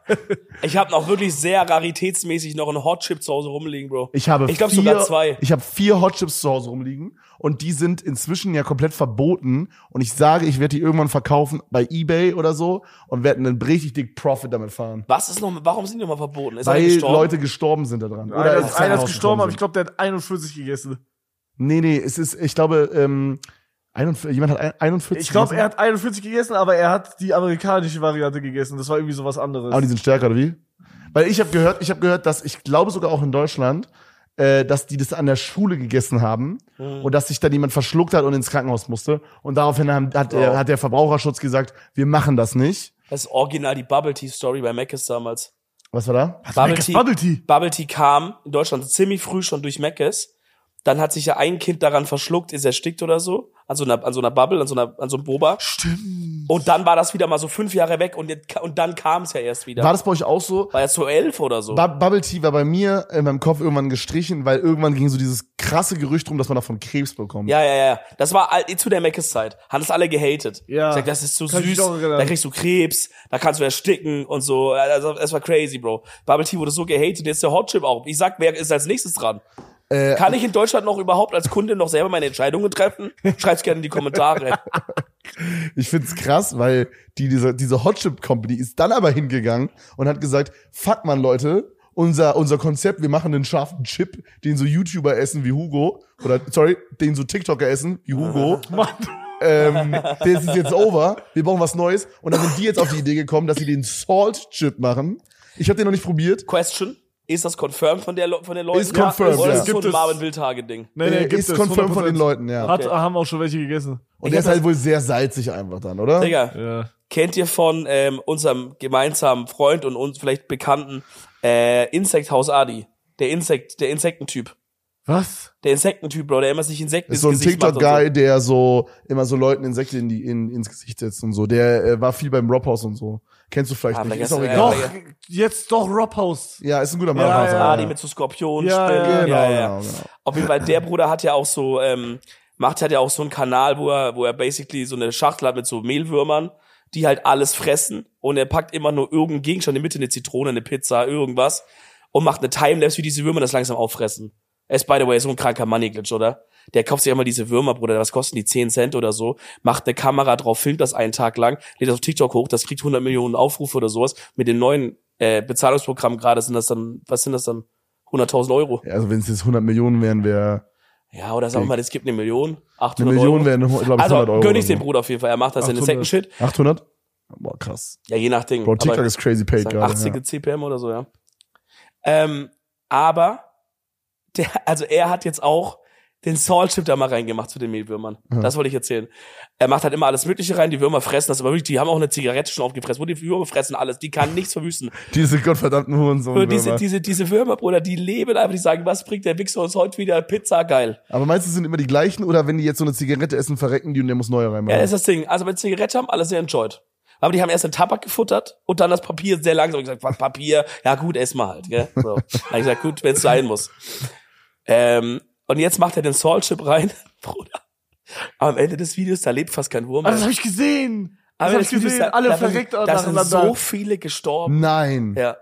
Ich habe noch wirklich sehr raritätsmäßig noch einen Hotchip zu Hause rumliegen, Bro. Ich habe Ich glaub, vier, sogar zwei. Ich habe vier Hot Chips zu Hause rumliegen und die sind inzwischen ja komplett verboten. Und ich sage, ich werde die irgendwann verkaufen bei eBay oder so und werde einen richtig dick Profit damit fahren. Was ist noch, warum sind die nochmal verboten? Ist einer Weil gestorben? Leute gestorben sind daran. Oder einer, ins ist, einer ist Krankenhaus gestorben, aber sind. ich glaube, der hat 41 gegessen. Nee, nee, es ist, ich glaube, ähm, 41, jemand hat ein- 41. Ich glaube, er gegessen. hat 41 gegessen, aber er hat die amerikanische Variante gegessen. Das war irgendwie sowas anderes. Aber Ah, die sind stärker, oder wie? Weil ich habe gehört, ich habe gehört, dass ich glaube sogar auch in Deutschland, äh, dass die das an der Schule gegessen haben und dass sich dann jemand verschluckt hat und ins Krankenhaus musste. Und daraufhin haben, hat, äh, hat der Verbraucherschutz gesagt, wir machen das nicht. Das ist original die Bubble Tea Story bei Mc's damals. Was war da? Bubble Leckes Tea, Bubble Tea. Bubble Tea kam in Deutschland ziemlich früh schon durch Mc's. Dann hat sich ja ein Kind daran verschluckt, ist erstickt oder so. An so einer, an so einer Bubble, an so, einer, an so einem Boba. Stimmt. Und dann war das wieder mal so fünf Jahre weg und, jetzt, und dann kam es ja erst wieder. War das bei euch auch so? war ja so elf oder so. Bu Bubble Tea war bei mir in meinem Kopf irgendwann gestrichen, weil irgendwann ging so dieses krasse Gerücht rum, dass man davon Krebs bekommt. Ja, ja, ja. Das war all- zu der Meckes Zeit. Haben es alle gehatet. Ja. Sagt, das ist zu Kann ich mich süß. auch erinnern. Da kriegst du Krebs, da kannst du ersticken und so. Also, es war crazy, Bro. Bubble Tea wurde so gehatet, jetzt der Hot Chip auch. Ich sag, wer ist als nächstes dran? Äh, Kann ich in Deutschland noch überhaupt als Kunde noch selber meine Entscheidungen treffen? Schreibt's gerne in die Kommentare. *laughs* Ich find's krass, weil die, diese, diese Hotchip Company ist dann aber hingegangen und hat gesagt, fuck man Leute, unser, unser Konzept, wir machen einen scharfen Chip, den so YouTuber essen wie Hugo, oder, sorry, den so TikToker essen wie *laughs* Hugo, ähm, das ist jetzt over, wir brauchen was Neues, und dann sind die jetzt auf die Idee gekommen, dass sie den Salt Chip machen. Ich habe den noch nicht probiert. Question. Ist das confirmed von, der, Le- von den Leuten? Ist confirmed, Oder ja. ist das so Gibt ein es- Marvin Wildhage-Ding? Nee, nee, Äh, gibt ist es, confirmed von den 100%. Leuten, ja. Hat, haben auch schon welche gegessen. Und der ist halt wohl sehr salzig einfach dann, oder? Digga, Ja. kennt ihr von ähm, unserem gemeinsamen Freund und uns vielleicht bekannten äh, Insect House Adi? Der Insekt, der Insektentyp. Was? Der Insektentyp, Bro, der immer sich Insekten Ist so ein ins Gesicht macht und TikTok-Guy, der so immer so Leuten Insekten in die, in, ins Gesicht setzt und so. Der äh, war viel beim Rob House und so. Kennst du vielleicht Ah, nicht. vielleicht Ist auch hast du- egal. Doch, ja. jetzt doch Robhouse. Ja, ist ein guter Mann. Ja, So. ja, Ah, ja. die mit so Skorpionen Ja, spielen. genau, ja, genau, ja. genau. Auf jeden Fall, der Bruder hat ja auch so, ähm, macht hat ja auch so einen Kanal, wo er, wo er basically so eine Schachtel hat mit so Mehlwürmern, die halt alles fressen und er packt immer nur irgendeinen Gegenstand in die Mitte, eine Zitrone, eine Pizza, irgendwas und macht eine Timelapse, wie diese Würmer das langsam auffressen. Er ist, by the way, so ein kranker Money-Glitch, oder? Der kauft sich immer diese Würmer, Bruder, was kosten die 10 Cent oder so, macht eine Kamera drauf, filmt das einen Tag lang, lädt das auf TikTok hoch, das kriegt 100 Millionen Aufrufe oder sowas. Mit dem neuen äh, Bezahlungsprogramm gerade sind das dann, was sind das dann? 100.000 Euro. Ja, Also wenn es jetzt 100 Millionen wären, wäre Ja, oder sagen wir mal, es gibt eine Million. 800 eine Million Euro. wären, glaube ich, 100 also, Euro. gönn ich oder dem so. Bruder auf jeden Fall. Er macht das in den Second Shit. 800? Boah, krass. Ja, je nach Ding. Bro, TikTok Aber ist crazy paid sagen gerade. 80 Ja. CPM oder so, ja. Ähm, aber, der, also er hat jetzt auch den Salt Chip da mal reingemacht zu den Mehlwürmern. Ja. Das wollte ich erzählen. Er macht halt immer alles Mögliche rein, die Würmer fressen das, aber wirklich, die haben auch eine Zigarette schon aufgefressen. Wo die Würmer fressen alles, die kann nichts verwüsten. *laughs* Diese gottverdammten Hurensohn. Und diese, diese, diese Würmer, Bruder, die leben einfach, die sagen, was bringt der Wichser uns heute wieder? Pizza, geil. Aber meinst du, es sind immer die gleichen oder wenn die jetzt so eine Zigarette essen, verrecken die und der muss neue reinmachen? Ja, das ist das Ding. Also, wenn sie Zigarette haben, alles sehr enjoyed. Aber die haben erst den Tabak gefuttert und dann das Papier sehr langsam und gesagt, was Papier? Ja gut, ess mal halt. Gell? So. Dann hab ich gesagt, gut, wenn es sein muss. Ähm, und jetzt macht er den Salt Chip rein, *laughs* Bruder. Am Ende des Videos, da lebt fast kein Wurm. Ah, mehr. das habe ich gesehen. Am Das Ende habe ich des Videos, gesehen. da- Alle da sind- verreckt Da sind nacheinander. so viele gestorben. Nein. Ja.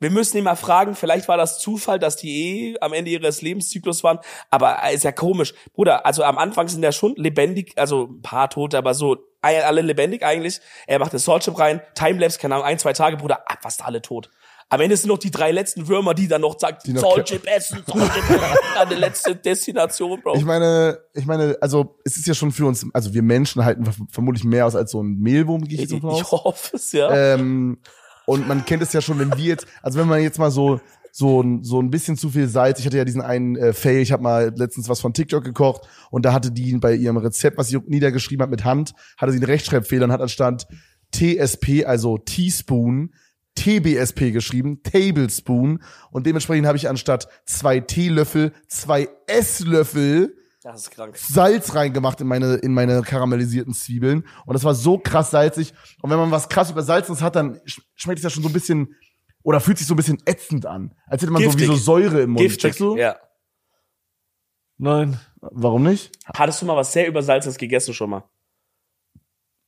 Wir müssen ihn mal fragen, vielleicht war das Zufall, dass die eh am Ende ihres Lebenszyklus waren, aber äh, ist ja komisch. Bruder, also am Anfang sind ja schon lebendig, also ein paar Tote, aber so ei- alle lebendig eigentlich. Er macht eine Saltchip rein, Timelapse, keine Ahnung, ein, zwei Tage, Bruder, ah, ab, fast alle tot. Am Ende sind noch die drei letzten Würmer, die dann noch Die sagen, noch- Saltchip essen, Saltchip essen, dann die letzte Destination, Bro. Ich meine, ich meine, also es ist ja schon für uns, also wir Menschen halten ver- vermutlich mehr aus als so ein Mehlwurm, gehe ich ich, jetzt ich davon aus. *laughs* hoffe es, ja. Ähm, und man kennt es ja schon, wenn wir jetzt, also wenn man jetzt mal so so ein, so ein bisschen zu viel Salz. Ich hatte ja diesen einen äh, Fail, ich habe mal letztens was von TikTok gekocht und da hatte die bei ihrem Rezept, was sie niedergeschrieben hat mit Hand, hatte sie einen Rechtschreibfehler und hat anstatt TSP, also Teaspoon, TBSP geschrieben, Tablespoon und dementsprechend habe ich anstatt zwei Teelöffel, zwei Esslöffel das ist krank. Salz reingemacht in meine, in meine karamellisierten Zwiebeln. Und das war so krass salzig. Und wenn man was krass übersalzenes hat, dann sch schmeckt es ja schon so ein bisschen, oder fühlt sich so ein bisschen ätzend an. Als hätte man Giftig. so wie so Säure im Mund. Giftig, Checkst du? ja. Nein. Warum nicht? Hattest du mal was sehr übersalzenes gegessen schon mal?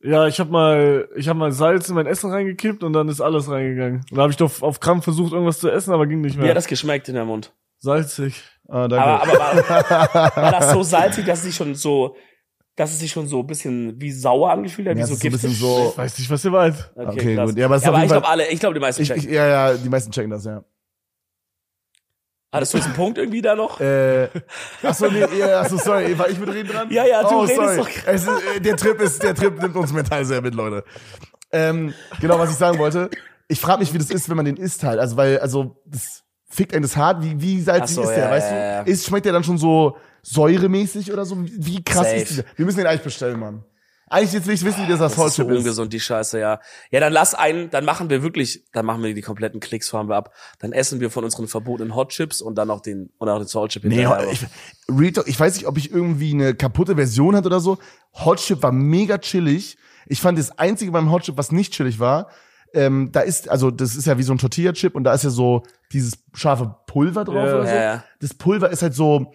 Ja, ich hab mal, ich hab mal Salz in mein Essen reingekippt und dann ist alles reingegangen. Und da habe ich doch auf Krampf versucht, irgendwas zu essen, aber ging nicht Mir mehr. hat das geschmeckt in der Mund. Salzig. Ah, danke. Aber, aber *laughs* war, war das so salzig, dass es sich schon so, dass es sich schon so ein bisschen wie sauer angefühlt hat, ja, wie es so ist so ein giftig? bisschen so. Ich weiß nicht, was ihr meint. Okay, krass. gut. Ja, aber es ist auf jeden ich Fall- glaube alle, ich glaube die meisten Ich, checken. ich, ja, ja, die meisten checken das, ja. Hattest du jetzt einen Punkt irgendwie da noch? Äh, *laughs* achso, nee, ja, achso, sorry, war ich mit reden dran? Oh, Ja, ja, du redest doch *laughs* Es ist, äh, der Trip ist, der Trip nimmt uns mental sehr mit, Leute. Ähm, genau, was ich sagen wollte. Ich frage mich, wie das ist, wenn man den isst halt. Also, weil, also, das fickt einen das hart. Wie, wie salzig Ach so, ist der, ja, weißt ja, ja. du? Ist, schmeckt der dann schon so säuremäßig oder so? Wie krass Safe. ist dieser? Wir müssen den eigentlich bestellen, Mann. Eigentlich jetzt will ich wissen, wie das das Das ist so Saltchip ist. ungesund, die Scheiße, ja. Ja, dann lass einen, dann machen wir wirklich, dann machen wir die kompletten Klicks, fahren wir ab. Dann essen wir von unseren verbotenen Hot Chips und dann auch den, und auch den Salt Chip Nee, hinterher. ich, Real Talk, ich weiß nicht, ob ich irgendwie eine kaputte Version hatte oder so. Hot Chip war mega chillig. Ich fand das einzige beim Hot Chip, was nicht chillig war, ähm, da ist, also das ist ja wie so ein Tortilla-Chip und da ist ja so dieses scharfe Pulver drauf Ja. oder so. ja, ja. Das Pulver ist halt so,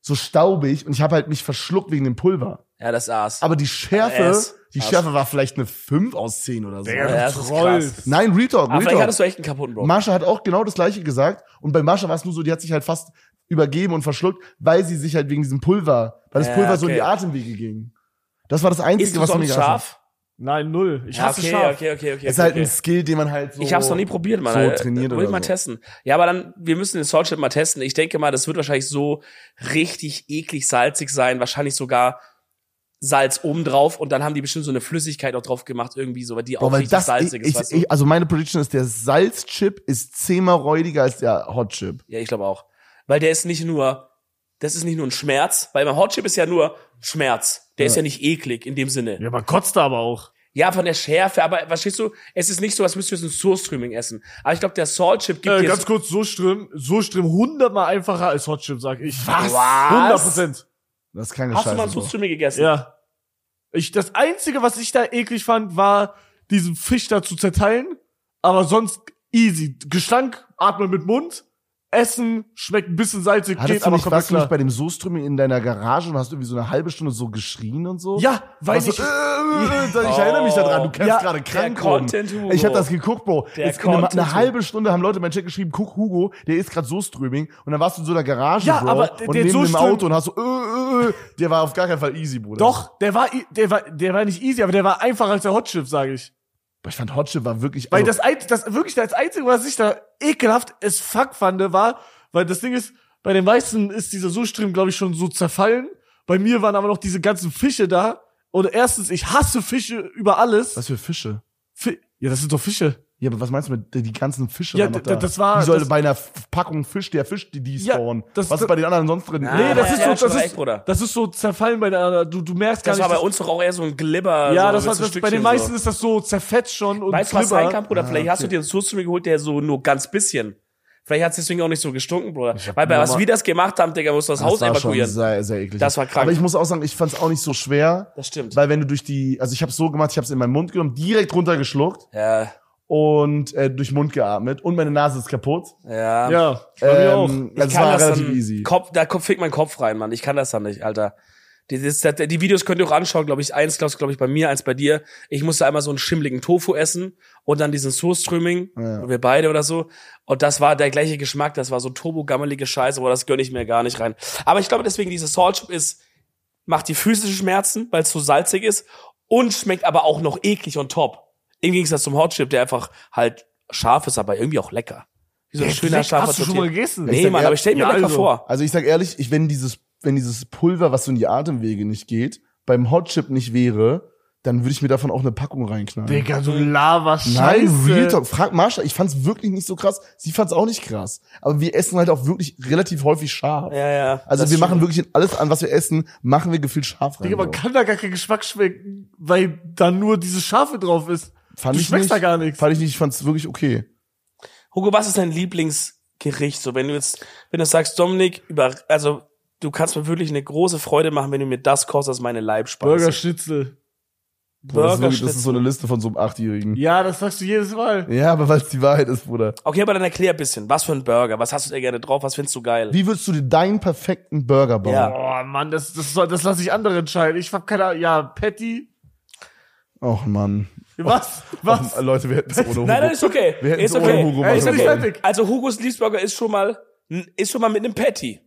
so staubig und ich habe halt mich verschluckt wegen dem Pulver. ja, das aß. Aber die Schärfe, Ass. die Ass. Schärfe war vielleicht eine 5 aus 10 oder so. Digga, ja, das du ist trollst. krass. Nein, Real Talk, Aber Real vielleicht Talk. hattest du echt einen kaputten Bro. Marsha hat auch genau das gleiche gesagt. Und bei Marsha war es nur so, die hat sich halt fast übergeben und verschluckt, weil sie sich halt wegen diesem Pulver, weil das Ja, Pulver so in okay. die Atemwege ging. Das war das Einzige, Ist du was mir sonst scharf? Nein, null. Ich Ja, hasse okay, scharf. okay, okay, okay. Ist halt okay. ein Skill, den man halt so. Ich habe es noch nie probiert, Mann. so Äh, trainiert Will ich oder mal so. testen. Ja, aber dann, wir müssen den Salt Chip mal testen. Ich denke mal, das wird wahrscheinlich so richtig eklig salzig sein. Wahrscheinlich sogar Salz oben drauf. Und dann haben die bestimmt so eine Flüssigkeit auch drauf gemacht, irgendwie so, weil die auch Boah, weil richtig das, salzig ich, ist. Weißt du? ich, also meine Prediction ist, der Salzchip ist zehnmal räudiger als der Hotchip. ja, ich glaube auch. Weil der ist nicht nur, das ist nicht nur ein Schmerz, weil beim Hot Chip ist ja nur Schmerz. Der ist ja nicht eklig in dem Sinne. Ja, man kotzt da aber auch. Ja, von der Schärfe, aber verstehst du, es ist nicht so, als müsstest du jetzt ein Surstreaming essen. Aber ich glaube, der Salt Chip gibt Äh, dir ganz jetzt. kurz, so Strim, so Strim hundertmal einfacher als Hot Chip, sag ich. Was? 100 Prozent. Das ist keine Hast du Scheiße. mal ein Bro. Surstreaming gegessen? Ja. Ich, das einzige, was ich da eklig fand, war, diesen Fisch da zu zerteilen. Aber sonst easy. Gestank, atmen mit Mund. Essen, schmeckt ein bisschen salzig, Hattest geht du aber nicht, komplett warst du klar. nicht bei dem Soßströmming in deiner Garage und hast irgendwie so eine halbe Stunde so geschrien und so? ja, weil Also, ich, äh, äh, äh, ich erinnere mich daran, du kannst Ja, gerade krank Oh. der rum. Content Hugo. Ich habe das geguckt, Bro. Der Jetzt eine, Content eine halbe Stunde haben Leute in meinen Chat geschrieben, guck Hugo, der ist gerade so Streaming und dann warst du in so einer Garage, Ja, Bro, aber der- und der neben dem Soßström- Auto und hast so, äh, äh, äh, der war auf gar keinen Fall easy, Bruder. doch, der war, i- der war, der war nicht easy, aber der war einfacher als der Hot Chip, sag ich. Aber Ich fand Hotchip war wirklich, Weil also, das, ein, das wirklich das Einzige, was ich da ekelhaft as fuck fand, war, weil das Ding ist, bei den meisten ist dieser Sustream, glaube ich, schon so zerfallen. Bei mir waren aber noch diese ganzen Fische da. Und erstens, ich hasse Fische über alles. was für Fische. Fi ja, das sind doch Fische. Ja, aber was meinst du mit, die ganzen Fische Ja, waren noch d- da? das war- Wie sollte das- bei einer F- Packung Fisch, der Fisch, die die Ja, spawnen? das- was ist bei den anderen sonst drin? Ah, Nee, das ja, ist ja, so, schon das recht, ist, Bruder. das ist so zerfallen bei der, du, du merkst Das gar war bei nicht. uns doch auch eher so ein Glibber. dass- ja, so das so war, ein das, bei den Stückchen meisten so. ist das so zerfetzt schon und Weißt du, was sein Glibber. Ah, kann, Bruder? Vielleicht hast du dir einen Surstreaming geholt, der so nur ganz bisschen. Vielleicht hat's deswegen auch nicht so gestunken, Bruder. Weil bei was nochmal- wir das gemacht haben, Digga, musst du das, Haus war evakuieren. Schon sehr, sehr eklig. Das war krank. Aber ich muss auch sagen, ich fand es auch nicht so schwer, das stimmt. weil wenn du durch die, also ich habe so gemacht, ich habe es in meinen Mund genommen, direkt runtergeschluckt Ja, und äh, durch den Mund geatmet und meine Nase ist kaputt. ja. Ja, bei mir auch. Ähm, also es war relativ dann, easy. Kopf, da ko- fegt mein Kopf rein, Mann. Ich kann das dann nicht, Alter. Die, das, das, die Videos könnt ihr auch anschauen, glaube ich. Eins, glaube glaub ich, bei mir, eins bei dir. Ich musste einmal so einen schimmligen Tofu essen und dann diesen Surströmming. Ja. Und Wir beide oder so. Und das war der gleiche Geschmack. Das war so turbo-gammelige Scheiße, aber das gönn ich mir gar nicht rein. Aber ich glaube deswegen, diese Salt Chip ist, macht die physischen Schmerzen, weil es zu salzig ist und schmeckt aber auch noch eklig on top. Im Gegensatz zum Hot Chip, der einfach halt scharf ist, aber irgendwie auch lecker. Wie so ein schöner, scharfer Hast du schon Tortilla. mal gegessen? Nee, sag Mann, eher- aber ich stell mir Ja, lecker also. vor. Also ich sag ehrlich, ich, wenn dieses, wenn dieses Pulver, was so in die Atemwege nicht geht, beim Hotchip nicht wäre, dann würde ich mir davon auch eine Packung reinknallen. also, Digga, du Lava-Scheiße. Nein, Real Talk. Frag Marsha, ich fand's wirklich nicht so krass. Sie fand's auch nicht krass. Aber wir essen halt auch wirklich relativ häufig scharf. Ja, ja. also das wir stimmt. machen wirklich in alles an, was wir essen, machen wir gefühlt scharf rein. Digga, man Bro. kann da gar keinen Geschmack schmecken, weil da nur diese Schafe drauf ist. Fand du ich schmeckst nicht. da gar nichts. Fand ich nicht, ich fand's wirklich okay. Hugo, was ist dein Lieblingsgericht? So, wenn du jetzt, wenn du sagst, Dominik, über, also du kannst mir wirklich eine große Freude machen, wenn du mir das kochst als meine Leibspeise. Burgerschnitzel. Bro, das, ist wirklich, das Burgerschnitzel. ist so eine Liste von so einem Achtjährigen. Ja, das sagst du jedes Mal. Ja, aber weil's die Wahrheit ist, Bruder. Okay, aber dann erklär ein bisschen. Was für ein Burger? Was hast du da gerne drauf? Was findest du geil? Wie würdest du dir deinen perfekten Burger bauen? Ja. Oh Mann, das, das, soll- das lasse ich andere entscheiden. Ich hab keine Ahnung. Ja, Patty. Och Mann. Was? Och, Was? Leute, wir hätten es ohne Hugo. Nein, nein, ist okay. Wir hätten's Ist ohne okay. Hugo Ey, ist ich machen bin nicht sollen. okay. fertig. Also Hugos Lieblingsburger ist schon mal, ist schon mal mit *laughs* einem Patty.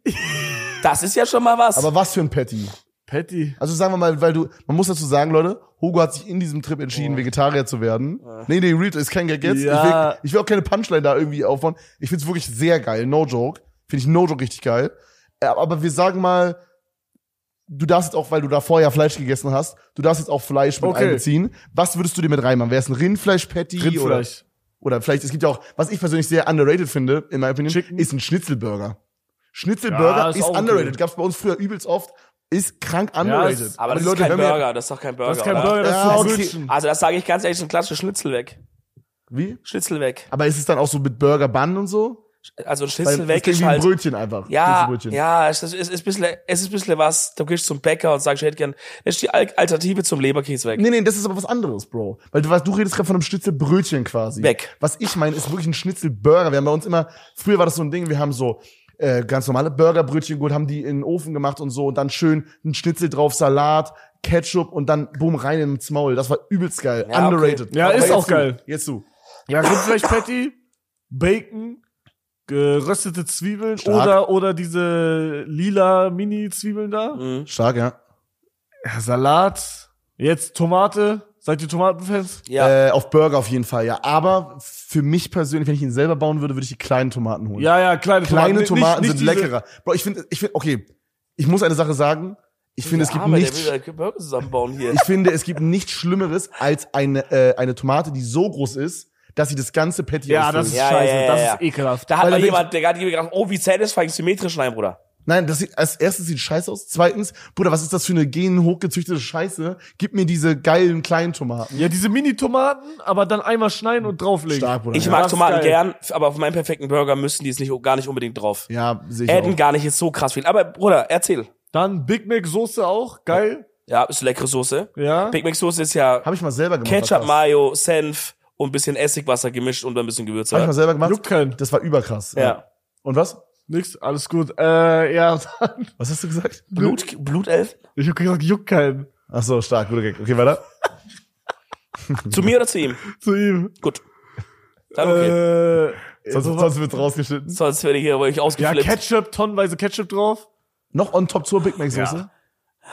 Das ist ja schon mal was. Aber was für ein Patty? Patty. Also sagen wir mal, weil du, man muss dazu sagen, Leute, Hugo hat sich in diesem Trip entschieden, Vegetarier zu werden. Nee, nee, Real ist kein Gag jetzt. Ja. Ich, will, ich will auch keine Punchline da irgendwie aufbauen. Ich find's wirklich sehr geil, no joke. Finde ich no joke richtig geil. Äh, Aber wir sagen mal, du darfst jetzt auch, weil du da vorher Fleisch gegessen hast, du darfst jetzt auch Fleisch mit Okay. einbeziehen. Was würdest du dir mit reinmachen? Wäre es ein Rindfleisch-Patty? Oder, Rindfleisch. oder vielleicht, es gibt ja auch, was ich persönlich sehr underrated finde, in meiner Opinion, Chicken. ist ein Schnitzelburger. Schnitzelburger Ja, ist ist, auch okay. underrated. Gab's bei uns früher übelst oft. Ist krank underrated. ist- Aber das ist Leute, kein wenn wir- Burger. Das ist doch kein Burger. Das ist kein oder? Burger, das Ja, ist ein okay. Brötchen. Also das sage ich ganz ehrlich, so ein klassischer Schnitzel weg. Wie? Schnitzel weg. Aber ist es dann auch so mit Burger Bun und so? Also ein Weil Schnitzel es weg klingt ist wie ein halt. Brötchen einfach. Ja, Schnitzelbrötchen. ja, es ist, es ist ein bisschen, es ist ein bisschen was. Du gehst zum Bäcker und sagst, ich hätte gern, das ist die Al- Alternative zum Leberkäse weg. Nee, nee, das ist aber was anderes, Bro. Weil du, weißt, du redest gerade von einem Schnitzelbrötchen quasi. Weg. Was ich meine, ist wirklich ein Schnitzelburger. Wir haben bei uns immer, früher war das so ein Ding, wir haben so äh, ganz normale Burgerbrötchen geholt, haben die in den Ofen gemacht und so und dann schön ein Schnitzel drauf, Salat, Ketchup und dann boom, rein ins Maul. Das war übelst geil. Ja, okay. Underrated. Ja, ist jetzt auch du. geil. Jetzt du. Ja, Rindfleisch, Patty, Bacon, geröstete Zwiebeln Stark. oder, oder diese lila Mini-Zwiebeln da. Mhm. Stark, ja. Ja, Salat. Jetzt Tomate. Seid ihr Tomatenfans? Ja. Äh, auf Burger auf jeden Fall, ja. Aber für mich persönlich, wenn ich ihn selber bauen würde, würde ich die kleinen Tomaten holen. Ja, ja, kleine Tomaten. Kleine Nicht- Tomaten nicht- sind nicht diese- leckerer. Bro, ich finde, ich finde, okay, ich muss eine Sache sagen. Ich finde, es gibt Arme, nichts. Der will ja Burger zusammenbauen hier. Ich finde, es gibt nichts Schlimmeres als eine äh, eine Tomate, die so groß ist, dass sie das ganze Patty Ja, ausfüllt. das ist Ja, ja, scheiße. ja, das ja. ist ekelhaft. Da hat Weil mal dann jemand, der hat jemand gedacht, oh, wie satisfying symmetrisch, nein, Bruder. Nein, das sieht, als erstes sieht scheiße aus. Zweitens, Bruder, was ist das für eine gen hochgezüchtete Scheiße? Gib mir diese geilen kleinen Tomaten. Ja, diese Mini-Tomaten, aber dann einmal schneiden und drauflegen. Stark, Bruder. Ich ja, mag mag das ist Tomaten geil. gern, aber auf meinem perfekten Burger müssen die es nicht, gar nicht unbedingt drauf. ja sehe ich Hätten auch. gar nicht jetzt so krass viel. Aber Bruder, erzähl. Dann Big Mac-Soße auch, geil. Ja, ist leckere Soße. Ja. Big Mac Soße ist ja Habe ich mal selber gemacht. Ketchup, mal. Mayo, Senf und ein bisschen Essigwasser gemischt und ein bisschen Gewürze. Habe ich mal selber gemacht. Juckt keinen. Das war überkrass. ja. Und was? Nix, alles gut. Äh, ja, *laughs* dann. Was hast du gesagt? Blut, Blutelf? Ich hab gesagt, juckt keinen. Ach so, stark, guter Gag. Okay, weiter. Zu mir oder zu ihm? Zu ihm. Gut. Dann okay. Äh, Sonst, so- sonst wird's rausgeschnitten. Sonst werde ich hier wirklich ja, ausgeflippt. Ketchup, tonnenweise Ketchup drauf. Noch on top zur Big Mac Soße. Ja.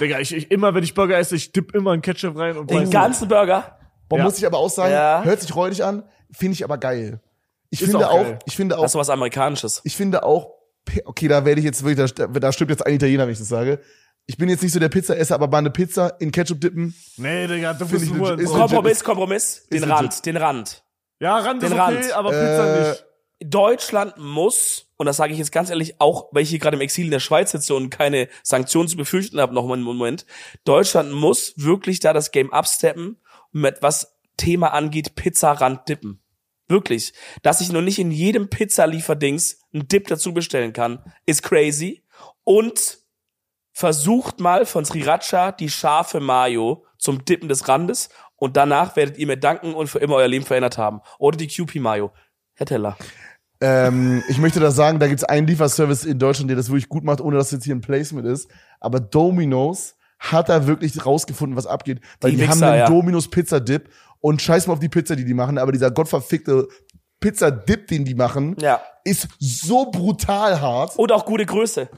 Digga, ich, ich immer, wenn ich Burger esse, ich dipp immer einen Ketchup rein und Den weiß- ganzen Burger. Boah, Ja. muss ich aber auch sagen, Ja. hört sich räudig an, finde ich aber geil. Ich Ist finde auch auch, geil. ich finde auch, Das ist was Amerikanisches. ich finde auch, Pi- okay, da werde ich jetzt wirklich, da, da stimmt jetzt ein Italiener, wenn ich das sage. Ich bin jetzt nicht so der Pizzaesser, aber mal eine Pizza in Ketchup dippen. Nee, Digga, du Find bist ich nur legit- ist- Kompromiss, Kompromiss. Den legit. Rand, den Rand. Ja, Rand ist Den okay, Rand. aber Pizza Äh, nicht. Deutschland muss, und das sage ich jetzt ganz ehrlich, auch weil ich hier gerade im Exil in der Schweiz sitze und keine Sanktionen zu befürchten habe, noch mal einen Moment, Deutschland muss wirklich da das Game upsteppen, mit was Thema angeht, Pizzarand dippen. Wirklich. Dass ich nur nicht in jedem Pizzalieferdings einen Dip dazu bestellen kann, ist crazy. Und versucht mal von Sriracha die scharfe Mayo zum Dippen des Randes und danach werdet ihr mir danken und für immer euer Leben verändert haben. Oder die QP Mayo. Herr Teller. Ähm, ich möchte da sagen, da gibt's einen Lieferservice in Deutschland, der das wirklich gut macht, ohne dass jetzt hier ein Placement ist. Aber Domino's hat da wirklich rausgefunden, was abgeht. Weil Die die, haben Wichser, einen ja. Domino's Pizza Dip und scheiß mal auf die Pizza, die die machen. Aber dieser gottverfickte Pizza Dip, den die machen, Ja. ist so brutal hart. Und auch gute Größe.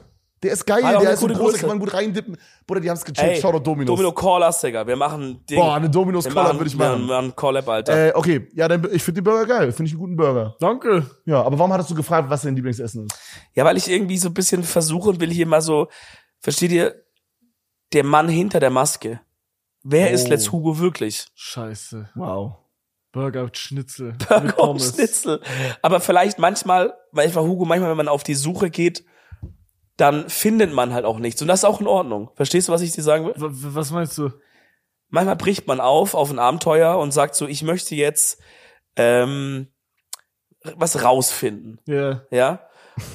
Der ist geil, Hat auch eine der ist so gute groß, da Größe. kann man gut reindippen. Bruder, die haben's gecheckt. Schau doch Domino's. Domino Call us, Digga. Wir machen Ding. Boah, eine Domino's Wir Call-Up machen- würde ich Wir machen. machen Call-Up, Alter. Äh, okay, ja, dann, ich finde den Burger geil. Finde ich einen guten Burger. Danke. Ja, aber warum hattest du gefragt, was dein Lieblingsessen ist? Ja, weil ich irgendwie so ein bisschen versuche und will hier mal so, versteht ihr, der Mann hinter der Maske. Wer Oh. ist Let's Hugo wirklich? Scheiße. Wow. Burger und Schnitzel. *laughs* mit Burger und Pommes. Schnitzel. Aber vielleicht manchmal, manchmal Hugo, manchmal, wenn man auf die Suche geht, dann findet man halt auch nichts. Und das ist auch in Ordnung. Verstehst du, was ich dir sagen will? W- w- Was meinst du? manchmal bricht man auf auf ein Abenteuer und sagt so, ich möchte jetzt ähm, was rausfinden, Ja. ja.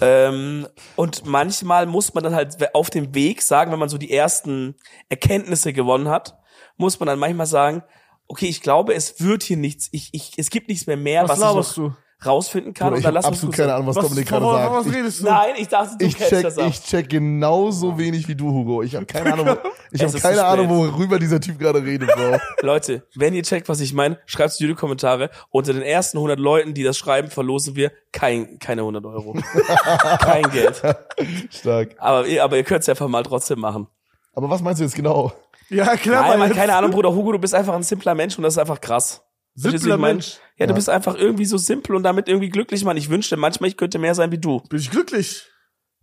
ähm, und manchmal muss man dann halt auf dem Weg sagen, wenn man so die ersten Erkenntnisse gewonnen hat, muss man dann manchmal sagen, okay, ich glaube, es wird hier nichts, ich, ich, es gibt nichts mehr mehr, Was was, laberst ich noch du? rausfinden kann. Bruder, ich habe und dann lass uns absolut gut keine sein. Ahnung, was, was Dominik von- gerade von- sagt. von Was Ich- redest du? Nein, ich dachte, du ich kennst check, das auch. ich check genauso wenig wie du, Hugo. Ich habe keine Ahnung, wo- ich Es habe ist keine zu Ahnung, spät. worüber dieser Typ gerade redet, Bro. Leute, wenn ihr checkt, was ich meine, schreibt es in die Kommentare. Unter den ersten 100 Leuten, die das schreiben, verlosen wir kein, keine *laughs* 100 Euro. kein Geld. Stark. Aber, ihr- aber ihr könnt's einfach mal trotzdem machen. Aber was meinst du jetzt genau? Ja, klar. Nein, Mann, jetzt- keine Ahnung, Bruder Hugo, du bist einfach ein simpler Mensch und das ist einfach krass. Verstehst du, was Simpler ich mein? Mensch. Ja, du Ja. bist einfach irgendwie so simpel und damit irgendwie glücklich, Mann. Ich wünschte manchmal, ich könnte mehr sein wie du. Bin ich glücklich?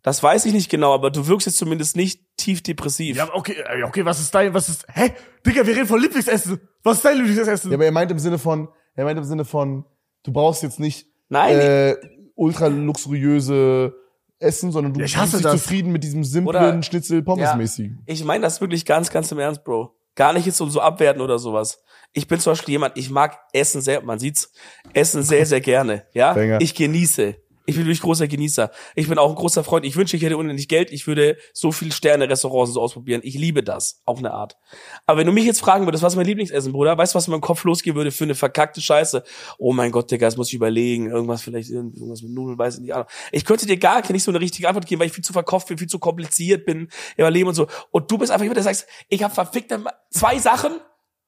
Das weiß ich nicht genau, aber du wirkst jetzt zumindest nicht tief depressiv. Ja, okay, äh, okay, was ist dein, was ist, hä? Digga, wir reden von Lieblingsessen. Was ist dein Lieblingsessen? Ja, aber er meint im Sinne von, er meint im Sinne von, du brauchst jetzt nicht Nein, äh, ultra luxuriöse Essen, sondern du Ja, ich hasse bist das. zufrieden mit diesem Oder- simplen Schnitzel Ja. Pommes-mäßigen. Ich meine das wirklich ganz, ganz im Ernst, Bro. Gar nicht jetzt um so abwerten oder sowas. Ich bin zum Beispiel jemand, ich mag Essen sehr, man sieht's, Essen sehr, sehr gerne. Ja, Banger. ich genieße. Ich bin wirklich großer Genießer. Ich bin auch ein großer Freund. Ich wünsche, ich hätte unendlich Geld. Ich würde so viel Sterne-Restaurants und so ausprobieren. Ich liebe das, auf eine Art. Aber wenn du mich jetzt fragen würdest, was ist mein Lieblingsessen, Bruder, weißt du, was in meinem Kopf losgehen würde für eine verkackte Scheiße? Oh mein Gott, Digga, jetzt muss ich überlegen. Irgendwas vielleicht, irgendwas mit Nudeln, weiß ich nicht. Ahnung. Ich könnte dir gar nicht so eine richtige Antwort geben, weil ich viel zu verkauft bin, viel zu kompliziert bin, im Leben und so. Und du bist einfach jemand, der sagt, ich habe verfickte Ma- zwei Sachen,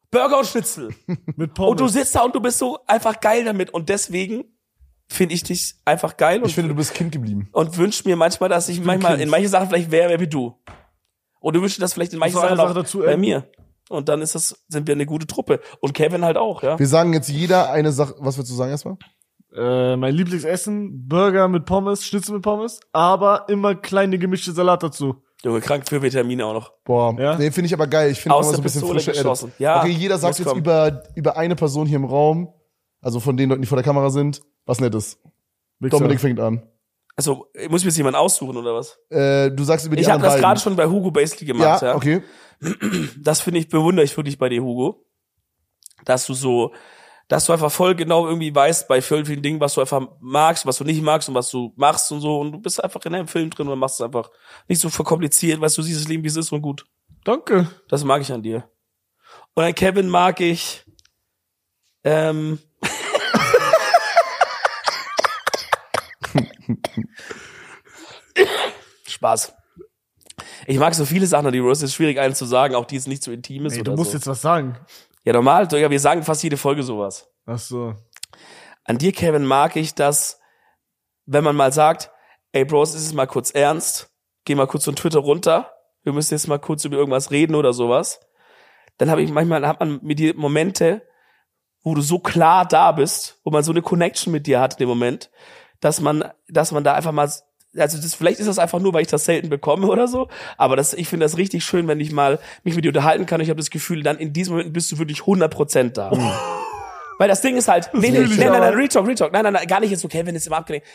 Burger und Schnitzel. Mit Und du Pommes. sitzt da und du bist so einfach geil damit. Und deswegen finde ich dich einfach geil Ich und, finde, du bist Kind geblieben. und wünsche mir manchmal, dass ich manchmal Kind. in manchen Sachen vielleicht wäre, wäre wie du. Und du wünschst dir das vielleicht in manchen Muss noch eine Sachen auch Sache dazu, bei ähm, mir. Und dann ist das, sind wir eine gute Truppe. Und Kevin halt auch, ja. Wir sagen jetzt jeder eine Sache, was willst du sagen erstmal? äh, mein Lieblingsessen, Burger mit Pommes, Schnitzel mit Pommes, aber immer kleine gemischte Salat dazu. Junge, krank für Vitamine auch noch. Boah, Ja? nee, finde ich aber geil. Ich finde immer Aus so der ein bisschen Pistole frische geschossen. Erde. Ja, okay, jeder muss sagt jetzt kommen. über, über eine Person hier im Raum, also von den Leuten, die vor der Kamera sind, was Nettes. Dominik fängt an. Also muss ich mir jetzt jemanden aussuchen oder was? Äh, du sagst über die ich habe anderen das gerade beiden. schon bei Hugo Basely gemacht, ja. ja, okay. Das finde ich bewundere ich wirklich bei dir, Hugo, dass du so, dass du einfach voll genau irgendwie weißt bei vielen, vielen Dingen, was du einfach magst, was du nicht magst und was du machst und so. Und du bist einfach in einem Film drin und machst es einfach nicht so verkompliziert, weißt du, siehst das Leben wie es ist und gut. Danke. Das mag ich an dir. Und an Kevin mag ich. *laughs* Ähm, Spaß. Ich mag so viele Sachen an dir, Rose. Es ist schwierig, einen zu sagen, auch die jetzt nicht so intim ist. Nee, oder du musst so. jetzt was sagen. ja, normal, Digga, wir sagen fast jede Folge sowas. Ach so. An dir, Kevin, mag ich, dass, wenn man mal sagt, ey, Bros, ist es mal kurz ernst, geh mal kurz von Twitter runter, wir müssen jetzt mal kurz über irgendwas reden oder sowas, dann habe ich manchmal, hat man mit dir Momente, wo du so klar da bist, wo man so eine Connection mit dir hat in dem Moment, dass man, dass man da einfach mal, also das, vielleicht ist das einfach nur, weil ich das selten bekomme oder so, aber das, ich finde das richtig schön, wenn ich mal mich mit dir unterhalten kann. Ich habe das Gefühl, dann in diesem Moment bist du wirklich 100% da. Weil das Ding ist halt, nee, nee, fühl ich nein, nein, nein, aber. Retalk, Retalk, nein, nein, nein, gar nicht jetzt so, Kevin ist immer abgelenkt.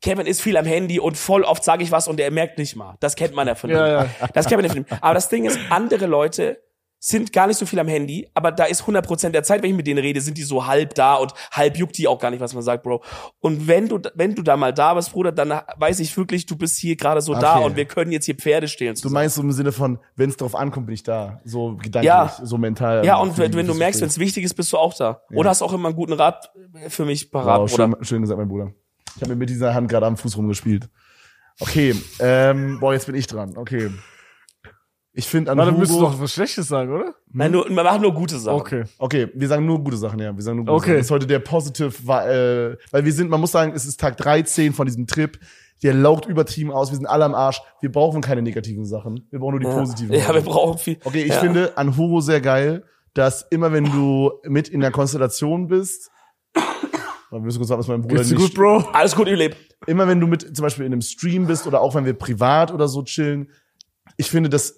Kevin ist viel am Handy und voll oft sage ich was und er merkt nicht mal. Das kennt man ja von ihm. Ja, ja. Das kennt man ja von ihm. Aber das Ding ist, andere Leute sind gar nicht so viel am Handy, aber da ist 100% der Zeit, wenn ich mit denen rede, sind die so halb da und halb juckt die auch gar nicht, was man sagt, Bro. Und wenn du, wenn du da mal da bist, Bruder, dann weiß ich wirklich, du bist hier gerade so da Okay. und wir können jetzt hier Pferde stehlen. Du zusammen. meinst so im Sinne von, wenn es drauf ankommt, bin ich da. So gedanklich, Ja. so mental. Ja, und wenn, physisch, wenn du so merkst, viel. wenn es wichtig ist, bist du auch da. Oder hast auch immer einen guten Rat für mich parat, wow, Bruder. Oh, schön, schön gesagt, mein Bruder. Ich habe mir mit dieser Hand gerade am Fuß rumgespielt. Okay, ähm, boah, jetzt bin ich dran. Okay. Ich finde an Warte, Hugo... müsstest du doch was Schlechtes sagen, oder? Nein, nur, man macht nur gute Sachen. Okay. Okay, wir sagen nur gute Sachen, ja. Wir sagen nur gute Okay. Sachen. Das ist heute der Positive, war, äh, weil wir sind, man muss sagen, es ist Tag 13 von diesem Trip. Der laugt über Team aus, wir sind alle am Arsch. Wir brauchen keine negativen Sachen. Wir brauchen nur die Ja. positiven. Ja, wir Sachen. brauchen viel. Okay, ich ja. finde an Hugo sehr geil, dass immer wenn du mit in der Konstellation bist, *coughs* wir müssen kurz warten, dass mein Bruder Geht's dir nicht, gut, Bro? Alles gut, ihr Lieb. immer wenn du mit zum Beispiel in einem Stream bist oder auch wenn wir privat oder so chillen, ich finde, das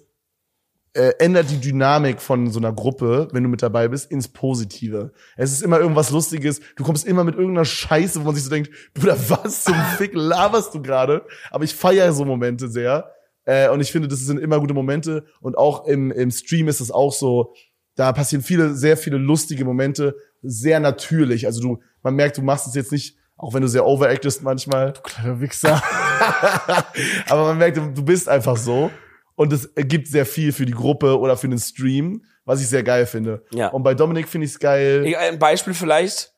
äh, ändert die Dynamik von so einer Gruppe, wenn du mit dabei bist, ins Positive. Es ist immer irgendwas Lustiges. Du kommst immer mit irgendeiner Scheiße, wo man sich so denkt, Bruder, was zum Fick laberst du gerade? Aber ich feiere so Momente sehr. Äh, und ich finde, das sind immer gute Momente. Und auch im, im Stream ist es auch so, da passieren viele, sehr viele lustige Momente, sehr natürlich. Also du, man merkt, du machst es jetzt nicht, auch wenn du sehr overactest manchmal. Kleiner Wichser. Aber man merkt, du bist einfach so. Und es ergibt sehr viel für die Gruppe oder für den Stream, was ich sehr geil finde. Ja. Und bei Dominik finde ich es geil. Egal, Ein Beispiel vielleicht.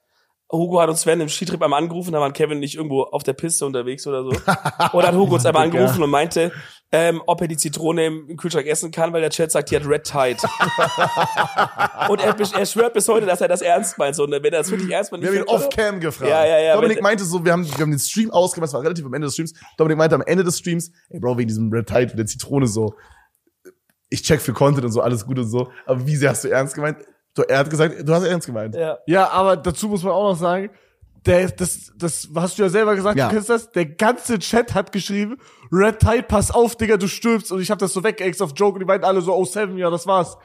Hugo hat uns während dem Skitrip einmal angerufen, da waren Kevin und ich irgendwo auf der Piste *laughs* unterwegs oder so. Oder hat Hugo uns einmal Digga. angerufen und meinte, ähm, ob er die Zitrone im im Kühlschrank essen kann, weil der Chat sagt, die hat *laughs* Red Tide. und er, besch- er schwört bis heute, dass er das ernst meint. So, und wenn er das wirklich ernst meint, Wir haben ihn ich find- off-cam gefragt. Ja, ja, ja, Dominik wenn- meinte so, wir haben, wir haben den Stream ausgemacht, es war relativ am Ende des Streams. Dominik meinte am Ende des Streams, ey Bro, wegen diesem Red Tide, mit der Zitrone so, ich check für Content und so, alles gut und so. Aber wie sehr hast du ernst gemeint? Du, er hat gesagt, du hast ernst gemeint. ja. Ja, aber dazu muss man auch noch sagen, der, das, das hast du ja selber gesagt, Ja. du kennst das. Der ganze Chat hat geschrieben, Red Tide, pass auf, Digga, du stirbst. Und ich hab das so weg, auf Joke, und die meinten alle so, oh, seven, ja, das war's.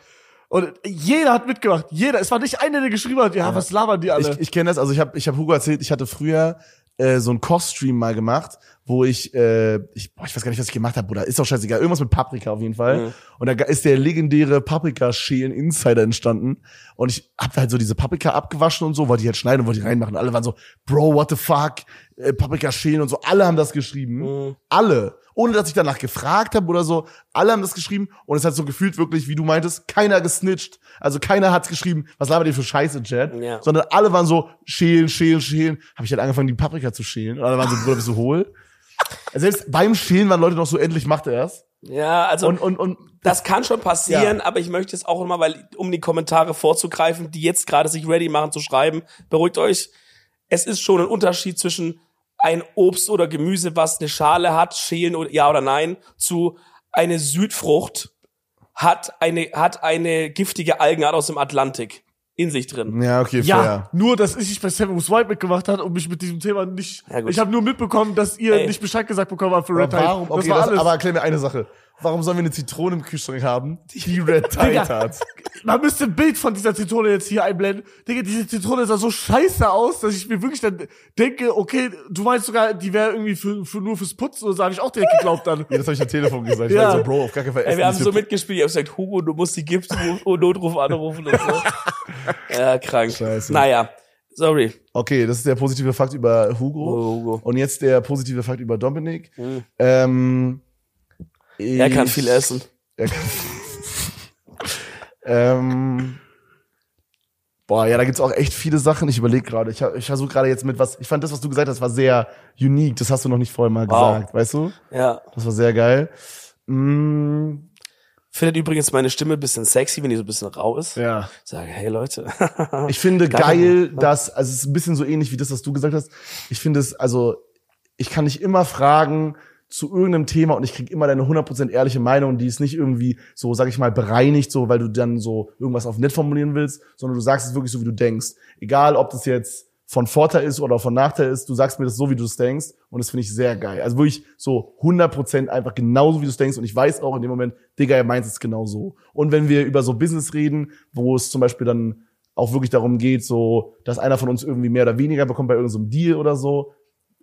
Und jeder hat mitgemacht, jeder. Es war nicht einer, der geschrieben hat, ja, was labern die alle? Ich, ich kenne das, also ich habe ich hab Hugo erzählt, ich hatte früher äh, so einen Kochstream mal gemacht, wo ich, äh, ich, boah, ich weiß gar nicht, was ich gemacht habe, Bruder, ist doch scheißegal, irgendwas mit Paprika auf jeden Fall. Und da ist der legendäre Paprika-Schälen-Insider entstanden und ich hab halt so diese Paprika abgewaschen und so, wollte die halt schneiden und wollte die reinmachen. Alle waren so, Bro, what the fuck, äh, Paprika-Schälen und so, alle haben das geschrieben, alle. Ohne dass ich danach gefragt habe oder so, alle haben das geschrieben und es hat so gefühlt wirklich, wie du meintest, keiner gesnitcht. Also keiner hat geschrieben, was labert ihr für Scheiße, Chat? Ja. So, sondern alle waren so schälen, schälen, schälen. Habe ich halt angefangen, die Paprika zu schälen. Und alle waren so, Bruder, bist du *laughs* hohl? Also Selbst beim Schälen waren Leute noch so, endlich macht er es. ja, also Und, und, und Das kann schon passieren, aber ich möchte es auch immer, weil, um die Kommentare vorzugreifen, die jetzt gerade sich ready machen zu schreiben, beruhigt euch. Es ist schon ein Unterschied zwischen ein Obst oder Gemüse, was eine Schale hat, schälen oder ja oder nein, zu eine Südfrucht hat eine, hat eine giftige Algenart aus dem Atlantik in sich drin. ja, okay, ja, fair. nur, dass ich nicht bei Seven Who's White mitgemacht hat und mich mit diesem Thema nicht. Ja, gut. ich habe nur mitbekommen, dass ihr Ey. nicht Bescheid gesagt bekommen habt für Aber Red Tide. warum, okay, das war das alles. aber erklär mir eine Sache. Warum sollen wir eine Zitrone im Kühlschrank haben, die Red Tide Digga. hat? Man müsste ein Bild von dieser Zitrone jetzt hier einblenden. Digga, diese Zitrone sah so scheiße aus, dass ich mir wirklich dann denke, okay, du meinst sogar, die wäre irgendwie für, für nur fürs Putzen und so habe ich auch direkt geglaubt dann. Ja, das habe ich am Telefon gesagt. Ich Ja. ja. so, Bro, auf gar keinen Fall. Ey, essen wir haben ist so hier- mitgespielt, ich hab gesagt, Hugo, du musst die Gips *laughs* und Notruf anrufen und so. *laughs* ja, krank. Scheiße. Naja, sorry. Okay, das ist der positive Fakt über Hugo. Oh, Hugo. Und jetzt der positive Fakt über Dominik. Ähm, Hm. Er ich- kann viel essen. Er kann ähm, boah, ja, da gibt's auch echt viele Sachen. Ich überlege gerade. Ich, hab- ich versuche gerade jetzt mit was. Ich fand das, was du gesagt hast, war sehr unique. Das hast du noch nicht vorher mal Wow. gesagt, weißt du? Ja. Das war sehr geil. Mm, Findet übrigens meine Stimme ein bisschen sexy, wenn die so ein bisschen rau ist. ja. Sage, hey Leute. Ich finde Gar geil, dass, also es ist ein bisschen so ähnlich wie das, was du gesagt hast. Ich finde es, also, ich kann dich immer fragen zu irgendeinem Thema und ich krieg immer deine 100% ehrliche Meinung, die ist nicht irgendwie so, sag ich mal, bereinigt, so, weil du dann so irgendwas auf nett formulieren willst, sondern du sagst es wirklich so, wie du denkst. Egal, ob das jetzt von Vorteil ist oder von Nachteil ist, du sagst mir das so, wie du es denkst und das finde ich sehr geil. Also wirklich so 100% einfach genauso, wie du es denkst und ich weiß auch in dem Moment, Digga, er meint es genau so. Und wenn wir über so Business reden, wo es zum Beispiel dann auch wirklich darum geht, so, dass einer von uns irgendwie mehr oder weniger bekommt bei irgendeinem Deal oder so.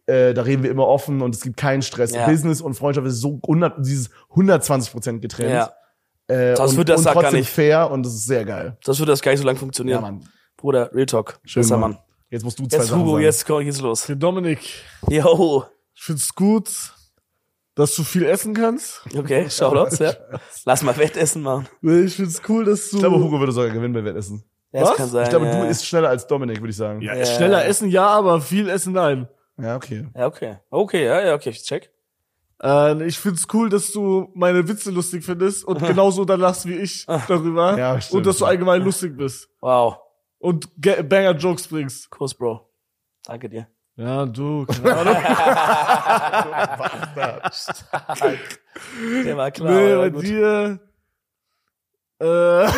Äh, da reden wir immer offen und es gibt keinen Stress. Ja. Business und Freundschaft ist so 100, dieses 120 Prozent getrennt. *laughs* ja. Äh, Sonst und, wird das und ja gar trotzdem nicht. fair und das ist sehr geil. Das würde das gar nicht so lange Ja, funktionieren. Mann. Bruder, Real Talk. Schön, Besser Mann. Mann. Jetzt musst du zwei Jetzt Sachen Hugo, sagen. jetzt komm, geht's los. Für Dominik, Yo. ich find's gut, dass du viel essen kannst. Okay, Shoutouts, ja. Lass mal Wettessen machen. Ich find's cool, dass du. Ich glaube, Hugo würde sogar gewinnen bei Wettessen. Ja, Was? Das kann sein. ich glaube, ja. du isst schneller als Dominik, würde ich sagen. ja, Ja. schneller essen ja, aber viel essen nein. ja okay. Ja, okay. Okay, ja, ja, okay, ich check. Äh, ich find's cool, dass du meine Witze lustig findest *laughs* und genauso dann lachst wie ich darüber. Ah. Ja, stimmt. und dass du allgemein lustig bist. Wow. Und Ge- Banger-Jokes bringst. Kuss, Bro. *laughs* Danke dir. Ja, *laughs* du, keine Ahnung. Stark. Der war klar. nee, aber bei gut. dir. Äh, *laughs*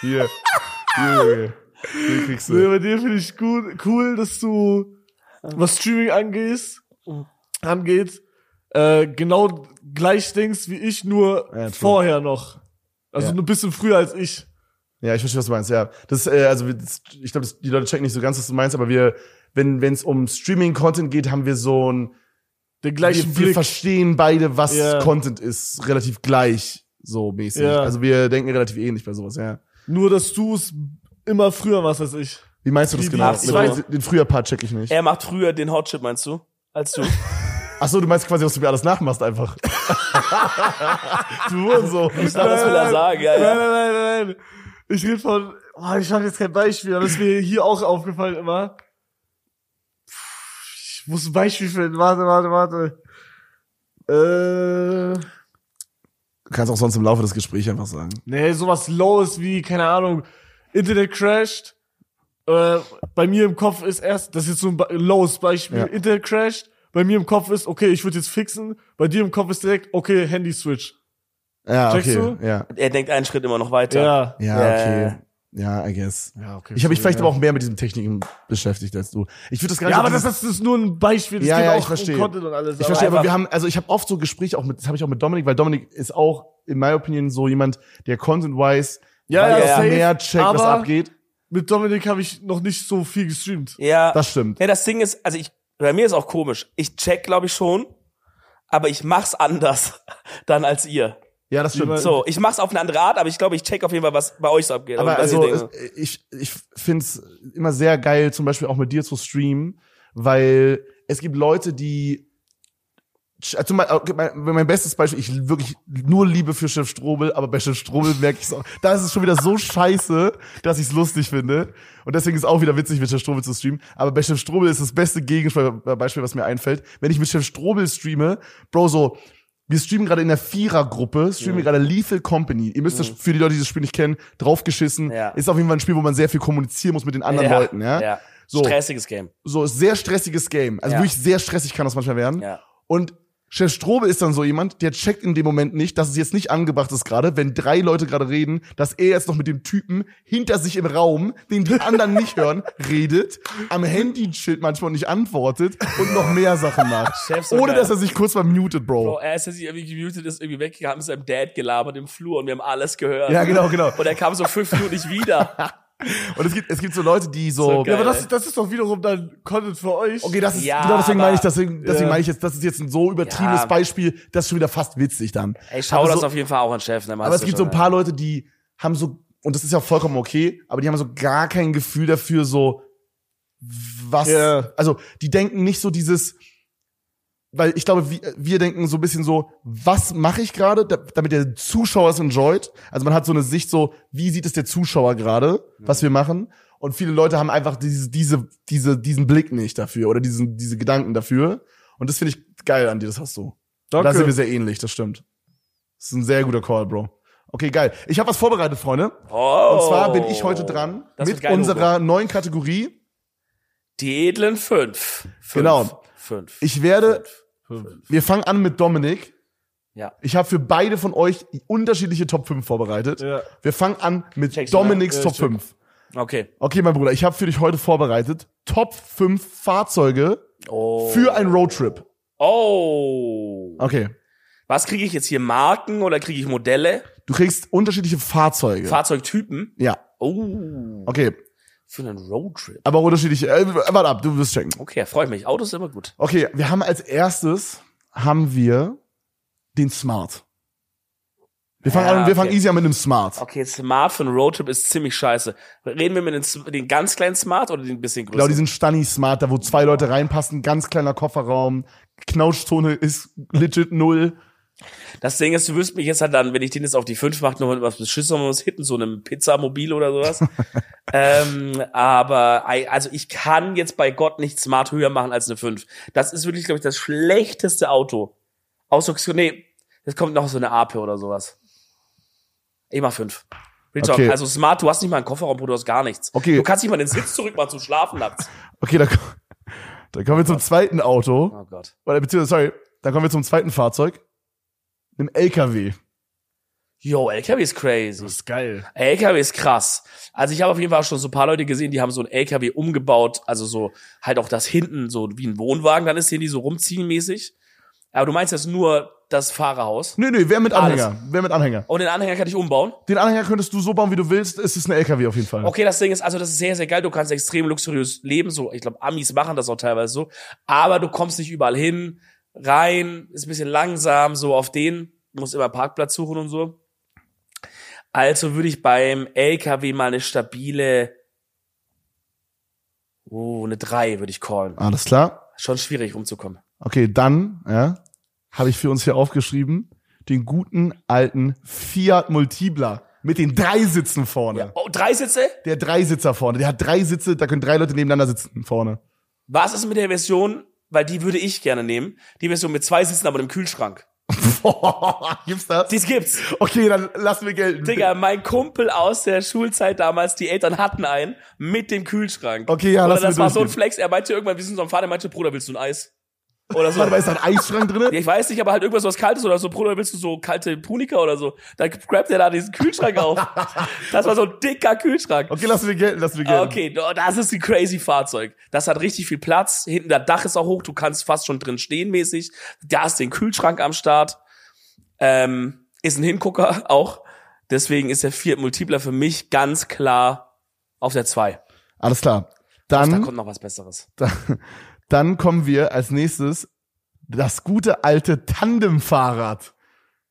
Hier. Hier, Junge. Hier kriegst nee, du. bei dir finde ich gut, cool, dass du, was Streaming angehst, Mhm. angeht, äh, genau gleich denkst wie ich, nur Ja, true. vorher noch. Also Ja. nur ein bisschen früher als ich. Ja, ich verstehe, was du meinst, ja. Das, äh, also, wir- das, ich glaube, die Leute checken nicht so ganz, was du meinst, aber wir, wenn es um Streaming-Content geht, haben wir so ein, Den gleichen wir, wir Blick. verstehen beide, was Ja. Content ist, relativ gleich, so mäßig. Ja. Also wir denken relativ ähnlich bei sowas, ja. Nur, dass du es immer früher warst als ich. Wie meinst du Wie das die genau? Ach so. Mit- Den Früher-Part check ich nicht. Er macht früher den Hotchip, meinst du? *laughs* Als du. Ach so, du meinst quasi, was du mir alles nachmachst *laughs* einfach. du und so. Ich dachte, das will er sagen, ja, Nein, ja. nein, nein, nein. Ich rede von, oh, ich habe jetzt kein Beispiel, aber das ist mir hier auch aufgefallen immer. Ich muss ein Beispiel finden, warte, warte, warte. Äh, Du kannst auch sonst im Laufe des Gesprächs einfach sagen. nee, sowas Lowes wie, keine Ahnung, Internet crasht. Äh, bei mir im Kopf ist erst, das ist jetzt so ein Ba- Lowes Beispiel, Ja. Internet crasht. Bei mir im Kopf ist, okay, ich würde jetzt fixen. Bei dir im Kopf ist direkt, okay, Handy-Switch. Ja, Checkst okay. du? Ja. Er denkt einen Schritt immer noch weiter. Ja, Ja. okay. Ja, I guess. ja okay. Ich habe mich sorry, vielleicht ja. aber auch mehr mit diesen Techniken beschäftigt als du. Ich würde das gar nicht Ja, auf aber das, dieses- das ist nur ein Beispiel. Das Ja, geht ja, auch ich verstehe. um Content und alles. Ich verstehe, aber einfach- wir haben, also ich habe oft so Gespräche auch mit, das habe ich auch mit Dominik, weil Dominik ist auch, in my opinion, so jemand, der content-wise Ja, weil ja, er safe, mehr checkt, was aber- abgeht. Mit Dominik habe ich noch nicht so viel gestreamt. Ja. Das stimmt. Ja, das Ding ist, also ich, bei mir ist auch komisch. Ich check, glaube ich, schon, aber ich mach's anders *laughs* dann als ihr. Ja, das stimmt. So, ich mach's auf eine andere Art, aber ich glaube, ich check auf jeden Fall, was bei euch so abgeht. Aber was ihr also, denkt. es- ich, ich find's immer sehr geil, zum Beispiel auch mit dir zu streamen, weil es gibt Leute, die also mein, mein, mein bestes Beispiel, ich wirklich nur liebe für Chef Strobel, aber bei Chef Strobel merke ich es auch. Da ist es schon wieder so scheiße, dass ich es lustig finde. Und deswegen ist es auch wieder witzig, mit Chef Strobel zu streamen. Aber bei Chef Strobel ist das beste Gegenbeispiel, was mir einfällt. Wenn ich mit Chef Strobel streame, Bro, so, wir streamen gerade in der Vierergruppe, streamen Mhm. gerade Lethal Company. Ihr müsst das für die Leute, die das Spiel nicht kennen, draufgeschissen. Ja. Ist auf jeden Fall ein Spiel, wo man sehr viel kommunizieren muss mit den anderen ja, Leuten, ja? ja. So. Stressiges Game. So, sehr stressiges Game. Also Ja. wirklich sehr stressig kann das manchmal werden. Ja. Und Chef Strobel ist dann so jemand, der checkt in dem Moment nicht, dass es jetzt nicht angebracht ist gerade, wenn drei Leute gerade reden, dass er jetzt noch mit dem Typen hinter sich im Raum, den die anderen nicht *laughs* hören, redet, am Handy chillt manchmal und nicht antwortet und noch mehr Sachen *laughs* macht. Chefs sind Ohne geil. dass er sich kurz mal mutet, Bro, Bro. Oh, er ist jetzt irgendwie gemutet, ist irgendwie weggegangen, hat mit seinem Dad gelabert im Flur und wir haben alles gehört. Ja, genau, genau. Und er kam so fünf Minuten nicht wieder. Und es gibt, es gibt so Leute, die so, So geil. Ja, aber das, ist- das ist doch wiederum dann Content für euch. Okay, das ist Ja, genau deswegen aber- meine ich, deswegen, deswegen Ja. meine ich jetzt, das ist jetzt ein so übertriebenes Ja. Beispiel, das ist schon wieder fast witzig dann. *laughs* Ey, schau Aber das Also so- auf jeden Fall auch an Chef. Ne? Aber es gibt so ein paar Leute, die haben so, und das ist ja vollkommen okay, aber die haben so gar kein Gefühl dafür, so, was, Ja. also, die denken nicht so dieses, weil ich glaube, wir, wir denken so ein bisschen so, was mache ich gerade, da- damit der Zuschauer es enjoyt. Also man hat so eine Sicht so, wie sieht es der Zuschauer gerade, was wir machen. Und viele Leute haben einfach diese, diese, diese, diesen Blick nicht dafür oder diesen, diese Gedanken dafür. Und das finde ich geil an dir, das hast du. Da sind wir sehr ähnlich, das stimmt. Das ist ein sehr guter Call, Bro. Okay, geil. Ich habe was vorbereitet, Freunde. Oh, Und zwar bin ich heute dran Das wird mit geil, Hugo. unserer neuen Kategorie. Die edlen fünf. fünf. Genau. Fünf. Ich äh, werde, Fünf. wir fangen an mit Dominik. Ja. Ich habe für beide von euch unterschiedliche Top 5 vorbereitet. Ja. Wir fangen an mit Check's mal. Äh, Dominiks Ja, Top check. 5. Okay. Okay, mein Bruder, ich habe für dich heute vorbereitet Top 5 Fahrzeuge Oh. für einen Roadtrip. Oh. Okay. Was kriege ich jetzt hier? Marken oder kriege ich Modelle? Du kriegst unterschiedliche Fahrzeuge. Fahrzeugtypen? ja. Oh. Okay. Für einen Roadtrip. Aber unterschiedliche. Äh, warte ab, du wirst checken. Okay, freue ich mich. Autos ist immer gut. Okay, wir haben als erstes haben wir den Smart. Wir fangen, Ja, an, wir fangen Ah, okay. easy an mit dem Smart. Okay, Smart für einen Roadtrip ist ziemlich scheiße. Reden wir mit den, S- den ganz kleinen Smart oder den bisschen Genau, größeren? diesen Stunny Smart, da wo zwei Leute reinpassen, ganz kleiner Kofferraum, Knautschzone ist legit null. das Ding ist, du wirst mich jetzt halt dann, wenn ich den jetzt auf die 5 mache, nur mit was beschissen was hitten, so einem Pizzamobil *laughs* oder sowas. ähm, aber ei- also ich kann jetzt bei Gott nicht Smart höher machen als eine 5. Das ist wirklich, glaube ich, das schlechteste Auto. Außer, nee, es kommt noch so eine Ape oder sowas. Ich mach 5. Okay. Also Smart, du hast nicht mal einen Kofferraum, Bro, du hast gar nichts. Okay. Du kannst nicht mal den Sitz zurückmachen zum Schlafen nachts. Okay, da, ko- *laughs* da kommen wir zum zweiten Auto. Oh Gott. Oder beziehungsweise, sorry, da kommen wir zum zweiten Fahrzeug. Einem LKW. Yo, LKW ist crazy. Das ist geil. LKW ist krass. Also ich habe auf jeden Fall schon so ein paar Leute gesehen, die haben so ein LKW umgebaut, also so halt auch das hinten so wie ein Wohnwagen, dann ist den die so rumziehen mäßig. Aber du meinst jetzt nur das Fahrerhaus Nö, nö, wer mit Alles. Anhänger? Wer mit Anhänger? und den Anhänger kann ich umbauen. Den Anhänger könntest du so bauen, wie du willst. Es ist ein LKW auf jeden Fall. Okay, das Ding ist, also das ist sehr sehr geil, du kannst extrem luxuriös leben, so ich glaube Amis machen das auch teilweise so, aber du kommst nicht überall hin, rein, ist ein bisschen langsam so auf den, musst immer Parkplatz suchen und so. Also würde ich beim LKW mal eine stabile Oh, eine 3 würde ich callen. Alles klar. Schon schwierig rumzukommen. Okay, dann ja, habe ich für uns hier aufgeschrieben den guten alten Fiat Multipla mit den drei Sitzen vorne. Ja. Oh, drei Sitze? Der Dreisitzer vorne, der hat drei Sitze, da können drei Leute nebeneinander sitzen *laughs* vorne. Was ist mit der Version, weil die würde ich gerne nehmen, die Version mit zwei Sitzen, aber einem Kühlschrank. Gibt's das? Dies gibt's. Okay, dann lassen wir gelten. Digga, mein Kumpel aus der Schulzeit damals, die Eltern hatten einen mit dem Kühlschrank. Okay, ja, Oder lass das mir war so ein durchgehen. Flex. Er meinte irgendwann, wir sind so am Fahren, er meinte, Bruder, willst du ein Eis? Oder so. Warte mal, ist da ein Eisschrank drin? *laughs* Ja, ich weiß nicht, aber halt irgendwas was Kaltes oder so, Bruder, willst du so kalte Punika oder so? Dann grabt er da diesen *laughs* Kühlschrank auf. Das war so ein dicker Kühlschrank. Okay, lassen wir gelten, lassen wir Ah, gelten. Okay, do- das ist ein crazy Fahrzeug. Das hat richtig viel Platz. Hinten der Dach ist auch hoch, du kannst fast schon drin stehen mäßig. Da ist den Kühlschrank am Start. Ähm, ist ein Hingucker auch. Deswegen ist der Fiat Multipler für mich ganz klar auf der 2. Alles klar. Da Dann, kommt noch was Besseres. dann kommen wir als nächstes das gute alte Tandemfahrrad.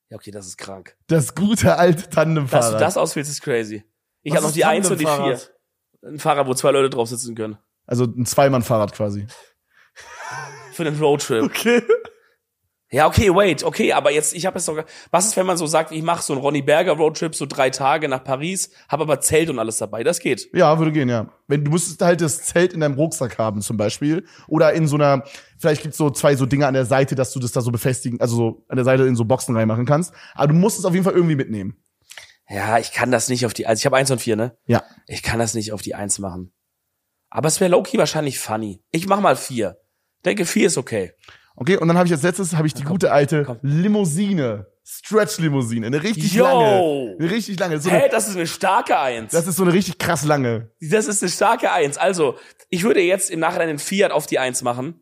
Ja, okay, das ist krank. Das gute alte Dass Tandemfahrrad. du das auswählst, ist crazy. Ich Was habe noch ist die 1 und die 4. Tandemfahrrad? Ein Fahrrad, wo zwei Leute drauf sitzen können. also ein Zweimann-Fahrrad quasi. Für den Roadtrip. Okay. Ja, okay, wait, okay, aber jetzt, ich habe jetzt sogar. Was ist, wenn man so sagt, ich mache so einen Ronny Berger Roadtrip, so drei Tage nach Paris, habe aber Zelt und alles dabei. Das geht. Ja, würde gehen, ja. Wenn du musstest halt das Zelt in deinem Rucksack haben zum Beispiel oder in so einer, vielleicht gibt's so zwei so Dinge an der Seite, dass du das da so befestigen, also so an der Seite in so Boxen reinmachen kannst. Aber du musst es auf jeden Fall irgendwie mitnehmen. Ja, ich kann das nicht auf die. Also ich habe eins und vier, ne? Ja. Ich kann das nicht auf die eins machen. Aber es wäre Loki wahrscheinlich funny. Ich mach mal vier. Ich denke, vier ist okay. Okay, und dann habe ich als letztes habe ich die gute alte komm. Limousine, Stretch-Limousine, eine richtig Yo! lange, eine richtig lange. So Hä, eine, hey, das ist eine starke Eins. Das ist so eine richtig krass lange. Das ist eine starke Eins. Also, ich würde jetzt im Nachhinein den Fiat auf die Eins machen.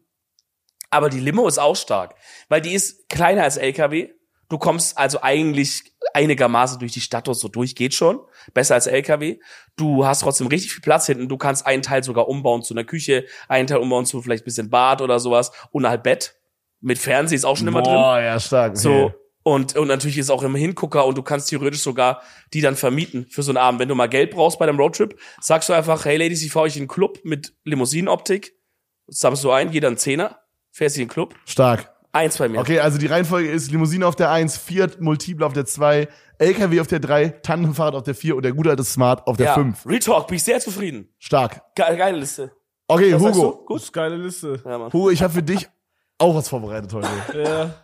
Aber die Limo ist auch stark. Weil die ist kleiner als LKW. Du kommst also eigentlich einigermaßen durch die Stadt und so durch. Geht schon. Besser als LKW. Du hast trotzdem richtig viel Platz hinten. Du kannst einen Teil sogar umbauen zu einer Küche, einen Teil umbauen zu vielleicht ein bisschen Bad oder sowas. Und halt Bett. Mit Fernseh ist auch schon immer drin. Boah, ja, stark. So. Und, und natürlich ist auch immer Hingucker und du kannst theoretisch sogar die dann vermieten für so einen Abend. Wenn du mal Geld brauchst bei deinem Roadtrip, sagst du einfach, hey Ladies, ich fahre euch in einen Club mit Limousinenoptik. Sammelst du ein, jeder einen Zehner, fährst in den Club. Stark. Eins bei mir. Okay, also die Reihenfolge ist Limousine auf der 1, Fiat Multiple auf der 2, LKW auf der 3, Tandemfahrrad auf der 4 und der gute alte Smart auf der ja. 5. Real Talk, bin ich sehr zufrieden. Stark. Ge geile Liste. Okay, Was sagst Hugo. du? Gut, Gut. ist geile Liste. Ja, Mann. Hugo, ich habe für dich auch was vorbereitet heute. Ja.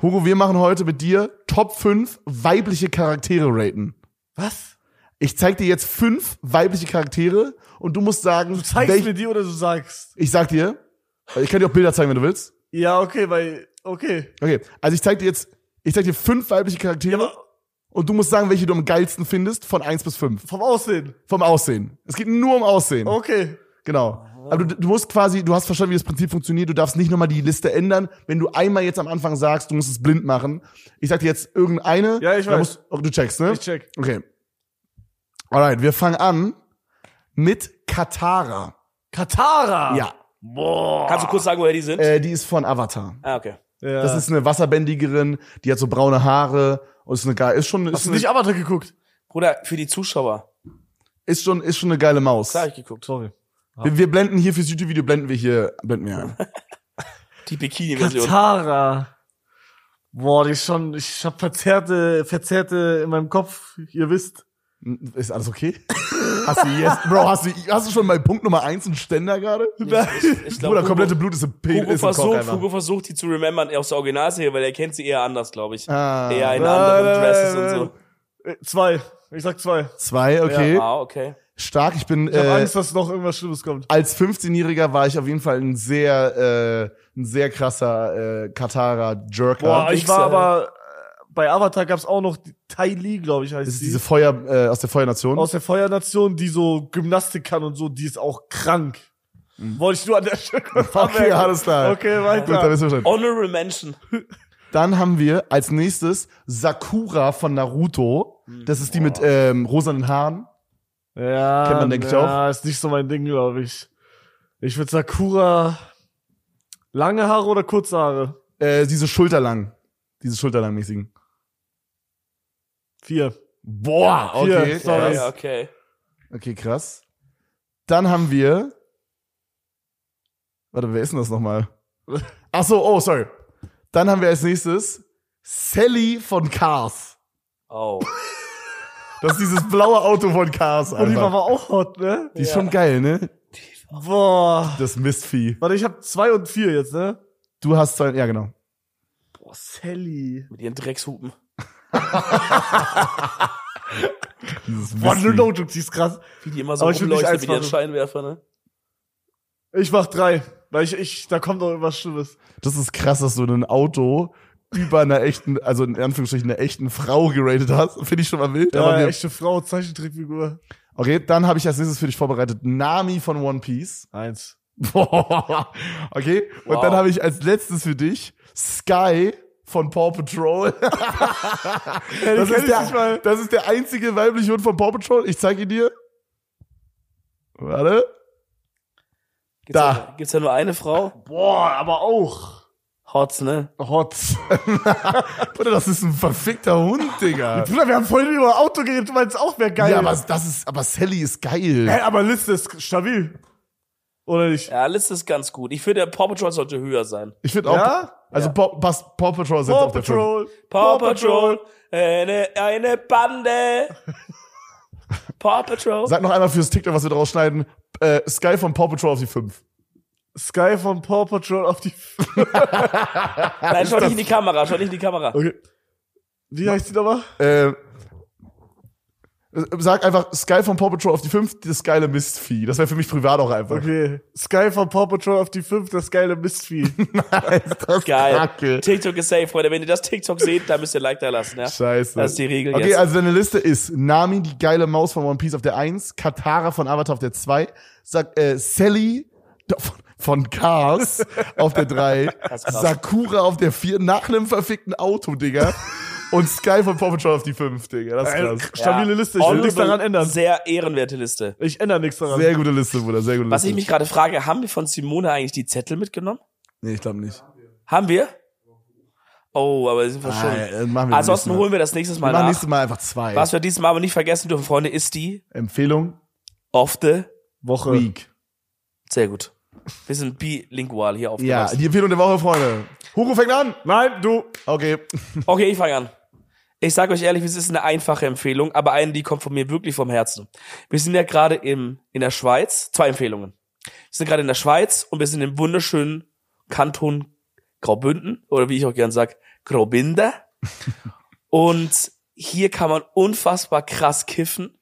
Hugo, wir machen heute mit dir Top 5 weibliche Charaktere raten. Was? Ich zeig dir jetzt fünf weibliche Charaktere und du musst sagen, Du zeigst welch- mir die oder du sagst? ich sag dir, ich kann dir auch Bilder zeigen, wenn du willst. Ja, okay, weil, okay. Okay, also ich zeig dir jetzt, ich zeig dir fünf weibliche Charaktere aber- und du musst sagen, welche du am geilsten findest von eins bis fünf. Vom Aussehen. Vom Aussehen. Es geht nur um Aussehen. Okay. Genau. Aber du, du musst quasi, du hast verstanden, wie das Prinzip funktioniert. Du darfst nicht nochmal die Liste ändern. Wenn du einmal jetzt am Anfang sagst, du musst es blind machen. Ich sag dir jetzt irgendeine. Ja, ich dann weiß. Musst, oh, du checkst, ne? Ich check. Okay. Alright, wir fangen an mit Katara. Katara. Ja. Boah. Kannst du kurz sagen, woher die sind? Äh, die ist von Avatar. ah, okay. Ja. Das ist eine Wasserbändigerin, die hat so braune Haare und ist eine geile, ist schon, Hast ist, du eine, nicht Avatar geguckt? Bruder, für die Zuschauer. ist schon, ist schon eine geile Maus. Klar, hab ich geguckt. Sorry. Wir, wir blenden hier fürs YouTube-Video, blenden wir hier, blenden wir ein. Die Bikini-Version. Katara. Boah, die ist schon, ich hab verzerrte, verzerrte in meinem Kopf, ihr wisst. Ist alles okay? hast du jetzt, Bro, hast du, hast du schon bei Punkt Nummer eins einen Ständer gerade? ich- ich glaub, Bruder, Hugo- komplette Blut ist ein Pe Hugo ist ein Cock versucht, einfach. Hugo versucht, die zu remembern aus der Originalserie, weil er kennt sie eher anders, glaube ich. Ah. eher in Nein, anderen nein, Dresses und nein, so. Äh, Zwei. Ich sag zwei. Zwei, okay. Ah, okay. Stark, ich bin, Ich hab äh, Angst, dass noch irgendwas Schlimmes kommt. als 15-Jähriger war ich auf jeden Fall ein sehr, äh, ein sehr krasser, äh, Katara-Jerker. Boah, ich Wichser, war ey. aber, äh, bei Avatar gab's auch noch die Tai Li, glaube ich, heißt Das ist sie. diese Feuer, äh, aus der Feuernation. aus der Feuernation, die so Gymnastik kann und so, die ist auch krank. Wollte ich nur an der Stelle kurz Mhm. *laughs* okay, anmerken. alles klar. Okay, Gut, dann weiter. ist schon. Honorable Mention. Dann haben wir als nächstes Sakura von Naruto. Das ist die mit ähm, rosanen Haaren. Ja, Kennt man, denk ich, ja, ist nicht so mein Ding, glaube ich. Ich würde Sakura lange Haare oder kurze Haare? Äh, diese schulterlang. Diese schulterlangmäßigen. Vier. Boah, okay, hier, krass. sorry. Ja, okay. Okay, krass. Dann haben wir. Warte, wer ist denn das nochmal? Ach so, oh, sorry. Dann haben wir als nächstes Sally von Cars. Oh. Das ist dieses blaue Auto von Cars. Und die war Einfach. aber auch hot, ne? Die ist Ja. schon geil, ne? Boah. Das Mistvieh. Warte, ich habe zwei und vier jetzt, ne? Du hast zwei, ja genau. Boah, Sally. Mit ihren Dreckshupen. Dieses Boah, no, Mistvieh. no joke, die ist krass. Wie die immer so Aber ich würd nicht rumleuchten eins mit ihren machen. Scheinwerfern, ne? Ich mach drei. Weil ich, ich, da kommt noch irgendwas Schlimmes. Das ist krass, dass du ein Auto über einer echten, also in Anführungsstrichen einer echten Frau geratet hast. Finde ich schon mal wild. Ja, aber wir- echte Frau, Zeichentrickfigur. okay, dann habe ich als nächstes für dich vorbereitet Nami von One Piece. Eins. okay, und Wow. dann habe ich als letztztes für dich Sky von Paw *laughs* Patrol. das, kenn ist ich nicht der, mal. das ist der einzige weibliche Hund von Paw Patrol. Ich zeige ihn dir. Warte. Gibt's Da. Ja, gibt's ja nur eine Frau? Boah, aber auch. Hotz, ne? Hot. Bruder, das ist ein verfickter Hund, Digga. Bruder, wir haben vorhin über Auto geredet, du meinst auch, wäre *laughs* geil. Ja, aber das ist, aber Sally ist geil. Hä, aber Liste ist stabil. Oder nicht? Ja, Liste ist ganz gut. Ich finde, Paw Patrol sollte höher sein. Ich finde auch. Ja? Also Paw, passt- Paw Patrol setzt auf der Patrol. Paw Patrol, eine, eine *laughs* Bande. Paw Patrol. Sag noch einmal fürs TikTok, was wir draus schneiden. Äh, Sky von Paw Patrol auf die 5. Sky von Paw Patrol auf die. Nein, schau nicht in die Kamera, schau nicht in die Kamera. Okay. Wie heißt die nochmal? Äh, Äh, Sag einfach Sky von Paw Patrol auf die 5, das geile Mistvieh. Das wäre für mich privat auch *laughs* einfach. Okay. Sky von Paw Patrol auf die 5, das *laughs* geile Mistvieh. Das Geil. Kacke. TikTok ist safe, Freunde. Wenn ihr das TikTok seht, dann müsst ihr Like da lassen. Ja? Scheiße. Das ist die Regel Okay, jetzt. also deine Liste ist Nami, die geile Maus von One Piece auf der 1, Katara von Avatar auf der 2, Sa- äh, Sally von, von *laughs* Cars auf der 3, ist krass. Sakura auf der 4, nach einem verfickten Auto, Digga, und Sky von Paw Patrol auf die 5, Digga. Das Äh, ist krass. Stabile Ja. Liste, ich will nichts Honorable, daran ändern. Sehr ehrenwerte Liste. Ich ändere nichts daran. Sehr gute Liste, Bruder, sehr gute Was ich Liste. mich gerade frage, haben wir von Simone eigentlich die Zettel mitgenommen? nee, ich glaube nicht. Haben wir? Oh, aber die sind Ah, ja, verschwunden. dann machen wir Ansonsten das nächste Mal. holen wir das nächstes Mal wir machen nach. nächstes Mal einfach zwei. Was wir diesmal aber nicht vergessen dürfen, Freunde, ist die Empfehlung? Of the Woche. Week. Sehr gut. Wir sind bilingual hier Ja, aufgewachsen. die Empfehlung der Woche, Freunde. Huru fängt an. Nein, du. Okay. Okay, ich fange an. Ich sage euch ehrlich, es ist eine einfache Empfehlung, aber eine, die kommt von mir wirklich vom Herzen. Wir sind ja gerade im in der Schweiz, zwei Empfehlungen. Wir sind gerade in der Schweiz und wir sind im wunderschönen Kanton Graubünden oder wie ich auch gern sag, Graubinde. Und hier kann man unfassbar krass kiffen.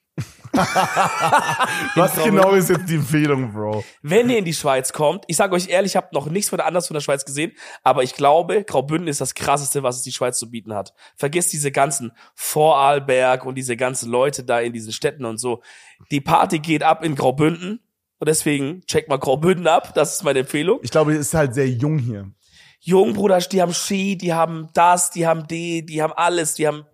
Was *laughs* Traum- genau ist jetzt die Empfehlung, Bro? Wenn ihr in die Schweiz kommt, ich sage euch ehrlich, ich habe noch nichts von anders von der Schweiz gesehen, aber ich glaube, Graubünden ist das krasseste, was es die Schweiz zu bieten hat. Vergesst diese ganzen Vorarlberg und diese ganzen Leute da in diesen Städten und so. Die Party geht ab in Graubünden und deswegen checkt mal Graubünden ab, das ist meine Empfehlung. Ich glaube, es ist halt sehr jung hier. Jungen, Bruder, die haben Ski, die haben das, die haben D, die haben alles, die haben,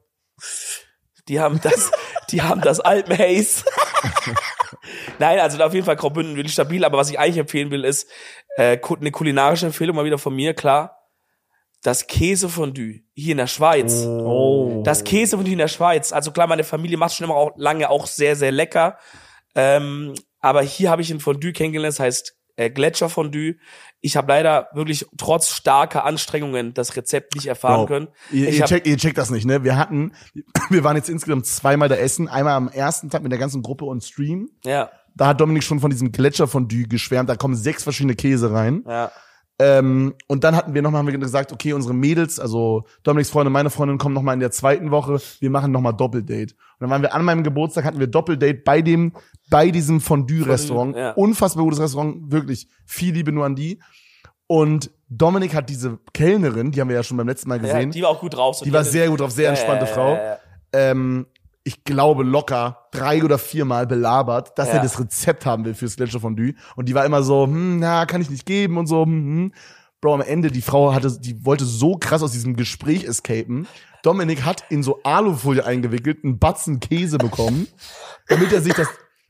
die haben das, die haben das Alpenhaze. *laughs* Nein, also auf jeden Fall Graubünden will ich stabil, aber was ich eigentlich empfehlen will, ist äh, ku- eine kulinarische Empfehlung mal wieder von mir, klar. Das Käsefondue hier in der Schweiz. Oh. Das Käsefondue in der Schweiz. Also klar, meine Familie macht schon immer auch lange auch sehr, sehr lecker. Ähm, aber hier habe ich ein Fondue kennengelernt, das heißt äh, Gletscherfondue. Ich habe leider wirklich trotz starker Anstrengungen das Rezept nicht erfahren Bro, können. Ihr, Ich ihr, hab- checkt, ihr checkt das nicht, ne? Wir hatten, *clears throat* wir waren jetzt insgesamt zweimal da essen. Einmal am ersten Tag mit der ganzen Gruppe on Stream. Ja, Da hat Dominik schon von diesem Gletscherfondue geschwärmt. Da kommen sechs verschiedene Käse rein. ja. Ähm, und dann hatten wir nochmal, haben wir gesagt, okay, unsere Mädels, also Dominiks Freundin, meine Freundin kommen nochmal in der zweiten Woche. Wir machen nochmal Doppeldate. Und dann waren wir an meinem Geburtstag, hatten wir Doppeldate bei dem, bei diesem Fondue-Restaurant. Fondue, ja. Unfassbar gutes Restaurant, wirklich. Viel Liebe nur an die. Und Dominik hat diese Kellnerin, die haben wir ja schon beim letzten Mal ja gesehen. die war auch gut drauf. So Die war sehr gut drauf, sehr entspannte Ja, ja, Frau. ja, ja. Ähm, ich glaube locker drei oder viermal belabert, dass Ja. er das Rezept haben will fürs Gletscherfondue. Und die war immer so, hm, na, kann ich nicht geben und so. Hm, hm. Bro, am Ende die Frau hatte, die wollte so krass aus diesem Gespräch escapen. Dominik hat in so Alufolie eingewickelt einen Batzen Käse bekommen, damit er sich das,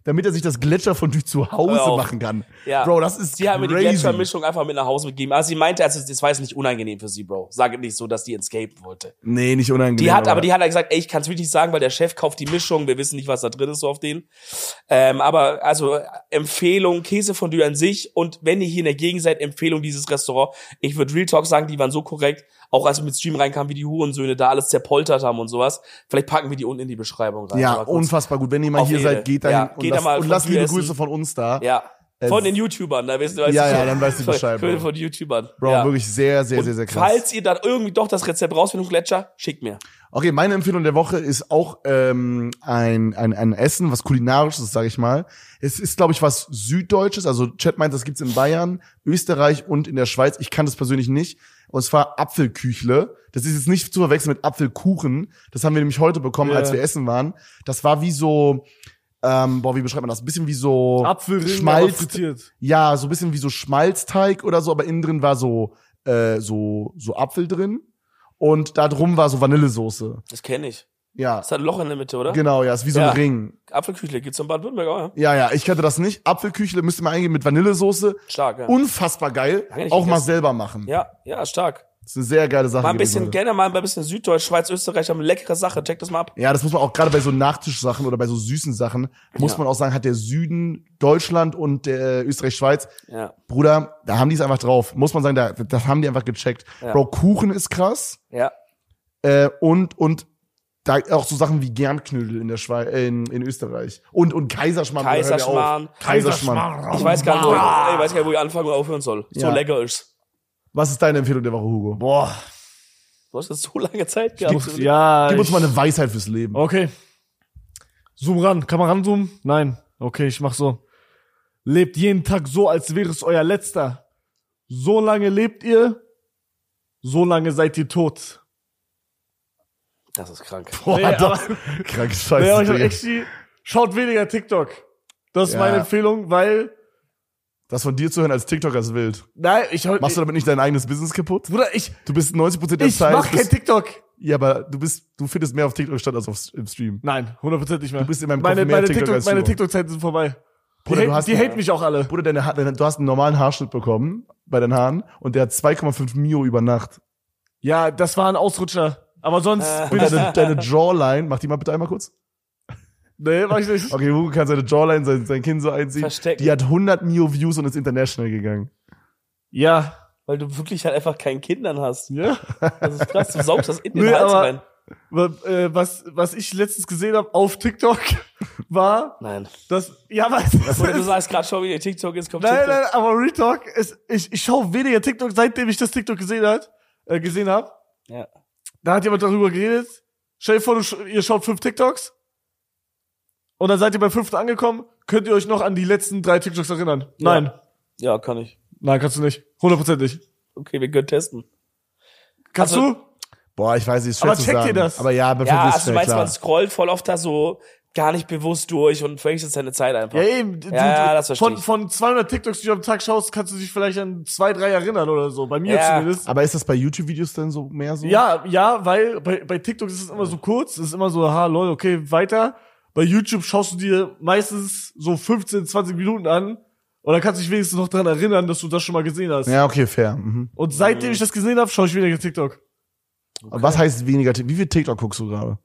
damit er sich das Gletscherfondue zu Hause Hör auf. machen kann. Ja. Bro, das ist Sie haben mir die crazy. Gletschermischung einfach mit nach Hause gegeben. Also sie meinte, also das war jetzt nicht unangenehm für sie, Bro. Sag nicht so, dass die escapen wollte. Nee, nicht unangenehm. Die hat, aber die hat halt gesagt, ey, ich kann es wirklich nicht sagen, weil der Chef kauft die Mischung, wir wissen nicht, was da drin ist so auf den. Ähm, aber also äh, Empfehlung, Käsefondue an sich und wenn ihr hier in der Gegend seid, Empfehlung dieses Restaurant. Ich würde Real Talk sagen, die waren so korrekt, auch als wir mit Stream reinkamen, wie die Hurensöhne da alles zerpoltert haben und sowas. Vielleicht packen wir die unten in die Beschreibung rein. Ja, Aber kurz- unfassbar gut. Wenn ihr mal Auf hier Ehre. seid, geht dahin Ja, und, geht da lasst, mal und lasst Fondue liebe essen. Grüße von uns da. Ja. Äh, Von den YouTubern, da weißt du, weißt Ja, du ja, dann weiß die Bescheid, Von, Bro. von den YouTubern. Bro, ja. wirklich sehr, sehr, Und sehr, sehr krass. Falls ihr dann irgendwie doch das Rezept rausfindet, Gletscher, schickt mir. Okay, meine Empfehlung der Woche ist auch ähm, ein, ein, ein Essen, was kulinarisches, sage ich mal. Es ist, glaube ich, was Süddeutsches. Also Chat meint, das gibt's in Bayern, Österreich und in der Schweiz. Ich kann das persönlich nicht. Und zwar Apfelküchle. Das ist jetzt nicht zu verwechseln mit Apfelkuchen. Das haben wir nämlich heute bekommen, Ja. als wir essen waren. Das war wie so, ähm, boah, wie beschreibt man das? Ein bisschen wie so Apfelring aber Oh. Schmalz, frittiert. ja, so ein bisschen wie so Schmalzteig oder so, aber innen drin war so, äh, so, so Apfel drin. Und da drum war so Vanillesoße. Das kenne ich. Ja, Das hat ein Loch in der Mitte, oder? genau, ja, ist wie so Ja. ein Ring. Apfelküchle gibt's in Baden-Württemberg auch, ja. Ja, ja, ich kannte das nicht. Apfelküchle müsste man eingehen mit Vanillesoße. Stark, ja. Unfassbar geil. Lange nicht Auch mal gegessen. selber machen. ja, ja, stark. Das ist eine sehr geile Sache. Mal ein gewesen bisschen, heute. gerne mal ein bisschen Süddeutsch, Schweiz, Österreich haben eine leckere Sache. Check das mal ab. ja, das muss man auch gerade bei so Nachtischsachen oder bei so süßen Sachen, muss Ja. man auch sagen, hat der Süden, Deutschland und der Österreich-Schweiz, Ja, Bruder, da haben die es einfach drauf. Muss man sagen, da, das haben die einfach gecheckt. Ja. Bro, Kuchen ist krass. ja. äh, und und da auch so Sachen wie Germknödel in der Schweiz, äh, in, in Österreich und und Kaiserschmarrn. hört ja auf. Kaiserschmarrn. Kaiserschmarrn. Ich weiß gar nicht, wo, ich weiß gar nicht, wo ich anfangen und aufhören soll. Ah. Ja. So lecker ist. Was ist deine Empfehlung der Woche, Hugo? Boah. Du hast jetzt so lange Zeit gehabt. Gib- Ja. Gib uns ich- Oh, mal eine Weisheit fürs Leben. Okay. Zoom ran. Kann man ranzoomen? Nein. Okay, ich mach so. Lebt jeden Tag so, als wäre es euer letzter. So lange lebt ihr, so lange seid ihr tot. Das ist krank. Boah, Nee, aber- das krank Nee, scheiße. aber ich hab Digga. echt die, schaut weniger TikTok. Das ist Ja. meine Empfehlung, weil, das von dir zu hören als TikToker ist wild. nein, ich, Machst du ich, damit nicht dein eigenes Business kaputt? Bruder, ich, Du bist 90% der ich Zeit. mach kein bist, TikTok. ja, aber du bist, du findest mehr auf TikTok statt als auf, im Stream. Nein, 100% nicht mehr. Du bist in meinem Kopf meine, mehr meine TikTok TikTok, als du. meine TikTok-Zeiten sind vorbei. Die, Bruder, du hate, hast- die haten mich auch alle. Bruder, deine, Ha- deine, du hast einen normalen Haarschnitt bekommen bei deinen Haaren und der hat 2,5 Mio über Nacht. Ja, das war ein Ausrutscher. Aber sonst bin Und ich, *laughs* deine, deine Jawline, mach die mal bitte einmal kurz. nee, mach ich nicht. Okay, Hugo kann seine Jawline, sein, sein Kinn so einziehen. Verstecken. Die hat 100 Mio Views und ist international gegangen. Ja. Weil du wirklich halt einfach keinen Kindern hast. Ja. Das ist krass. Du saugst das in den Nee, Hals aber- rein. Aber, äh, Was, was ich letztens gesehen habe auf TikTok *laughs* war, Nein. dass, ja, was das Oder du ist, sagst gerade schon, wie der TikTok ist, kommt Nein, TikTok. nein, aber Retalk ist, ich, ich schaue weniger TikTok, seitdem ich das TikTok gesehen hat, äh, gesehen habe. Ja. Da hat jemand darüber geredet. Stell dir vor, du, sch- ihr schaut fünf TikToks. Und dann seid ihr beim fünften angekommen. Könnt ihr euch noch an die letzten drei TikToks erinnern? Nein. Ja, kann ich. Nein, kannst du nicht. 100% nicht. Okay, wir können testen. Kannst Also- du? Boah, ich weiß nicht, ist schwer Aber zu checkt ihr sagen. das? Aber ja, bei Ja, Fitness also du schnell, meinst, man klar. scrollt voll oft da so gar nicht bewusst durch und wastet seine Zeit einfach. Ja, eben. Du, ja, das verstehe von, ich. von 200 TikToks, die du am Tag schaust, kannst du dich vielleicht an zwei, drei erinnern oder so. Bei mir Ja. zumindest. Aber ist das bei YouTube-Videos dann so mehr so? Ja, ja, weil bei, bei TikTok ist es immer so kurz, es ist immer so, ha, lol, okay, weiter. Bei YouTube schaust du dir meistens so 15, 20 Minuten an und dann kannst du dich wenigstens noch daran erinnern, dass du das schon mal gesehen hast. Ja, okay, fair. Mhm. Und seitdem ich das gesehen habe, schaue ich weniger TikTok. Aber Was heißt weniger TikTok? Wie viel TikTok guckst du gerade?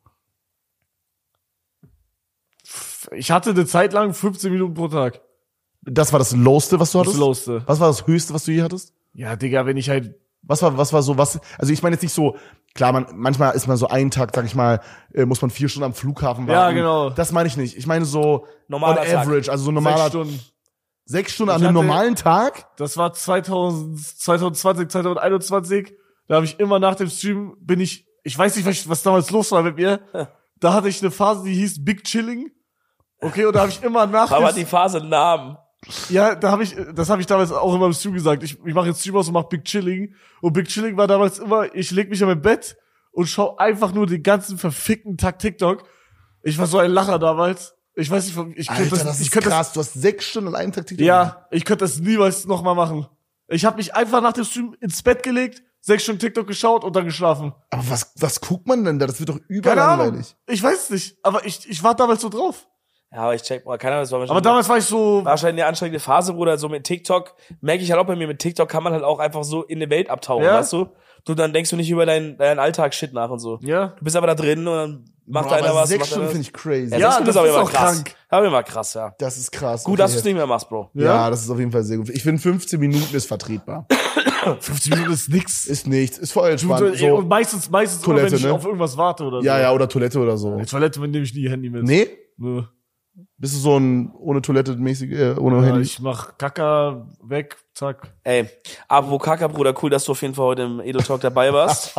Ich hatte eine Zeit lang 15 Minuten pro Tag. Das war das Lowste, was du Das hattest? Lowste. Was war das Höchste, was du je hattest? Ja, Digga, wenn ich halt. Was war, was war so, was, also ich meine jetzt nicht so, klar, man, manchmal ist man so einen Tag, sag ich mal, äh, muss man vier Stunden am Flughafen warten. Ja, genau. Das meine ich nicht. Ich meine so, Normaler on Tag. average, also so normaler, Sechs sechs Stunden, Stunden. an Ich einem hatte- normalen Tag? Das war 2000, 2020, 2021. Da habe ich immer nach dem Stream bin ich, ich weiß nicht, was, ich- was damals los war mit mir. Da hatte ich eine Phase, die hieß Big Chilling. Okay, und da habe ich immer nach Aber dem, die Phase einen Namen. ja, da habe ich, das habe ich damals auch immer im Stream gesagt. Ich, ich mache jetzt Stream aus und mache Big Chilling. Und Big Chilling war damals immer, ich leg mich an mein Bett und schau einfach nur den ganzen verfickten Tag TikTok. Ich war so ein Lacher damals. Ich weiß nicht, ich könnte das, ich könnte das Du hast sechs Stunden an einem Tag TikTok. ja, ich könnte das niemals nochmal machen. Ich habe mich einfach nach dem Stream ins Bett gelegt, sechs Stunden TikTok geschaut und dann geschlafen. Aber was, was guckt man denn da? Das wird doch Keine Ahnung. überlangweilig. Ich weiß es nicht, aber ich, ich war damals so drauf. Ja, aber ich check mal. Keine Ahnung, das war wahrscheinlich- Aber damals war ich so. wahrscheinlich eine anstrengende Phase, Bruder. So mit TikTok merke ich halt auch bei mir, mit TikTok kann man halt auch einfach so in die Welt abtauchen, Ja. weißt du? Du, dann denkst du nicht über deinen, deinen Alltag-Shit nach und so. Ja. Du bist aber da drin und dann macht Boah, einer aber was. sechs macht Stunden einer was. finde ich crazy. Ja, sechs Stunden das ist aber immer auch krass. krank. Aber immer krass, ja. Das ist krass. Gut, okay. dass du es nicht mehr machst, Bro. ja. ja, das ist auf jeden Fall sehr gut. Ich finde 15 Minuten ist vertretbar. 15 Minuten ist nix. ist nichts, ist voll Du, entspannt. du, So, und meistens, meistens immer, Toilette, wenn ich ne? auf irgendwas warte oder ja, so. ja, oder Toilette oder so. Die Toilette nehme ich nie Handy mit. Nee? Nö. Bist du so ein ohne Toilette mäßig, äh, ohne Ja, Handy? ich mach Kacker weg, zack. Ey, apropos Kaka, Bruder, cool, dass du auf jeden Fall heute im Edo Talk dabei *laughs* warst.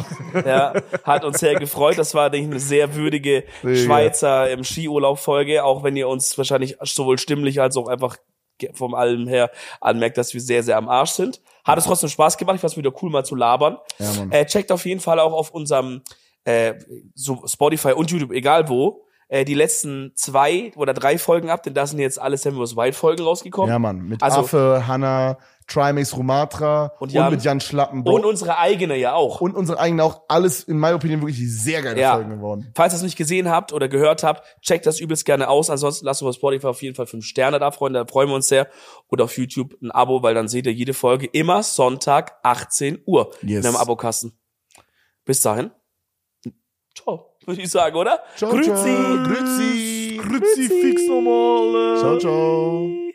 ja, hat uns sehr gefreut. Das war, denke ich, eine sehr würdige Digga. Schweizer ähm, Skiurlaub-Folge, auch wenn ihr uns wahrscheinlich sowohl stimmlich als auch einfach ge- vom allem her anmerkt, dass wir sehr, sehr am Arsch sind. Hat es trotzdem Spaß gemacht. Ich fand's wieder cool, mal zu labern. Ja, Mann. Äh, checkt auf jeden Fall auch auf unserem äh, so Spotify und YouTube, egal wo, äh, die letzten zwei oder drei Folgen ab, denn da sind jetzt alle Samuels White-Folgen rausgekommen. Ja, Mann. Mit Also- Affe, Hanna, Trimax Rumatra und, Jan. mit Jan Schlappen. Bro. und unsere eigene ja auch. und unsere eigenen auch. Alles, in meiner Opinion, wirklich sehr geile Ja. Folgen geworden. Falls ihr es nicht gesehen habt oder gehört habt, checkt das übelst gerne aus. Ansonsten lasst uns auf Spotify auf jeden Fall fünf Sterne da, Freunde. Da freuen wir uns sehr. Oder auf YouTube ein Abo, weil dann seht ihr jede Folge immer Sonntag 18 Uhr Yes. in einem Abokasten. Bis dahin. Ciao, würde ich sagen, oder? Ciao, Grüezi. ciao. Grüezi. Kruzifix nochmal. Ciao, ciao.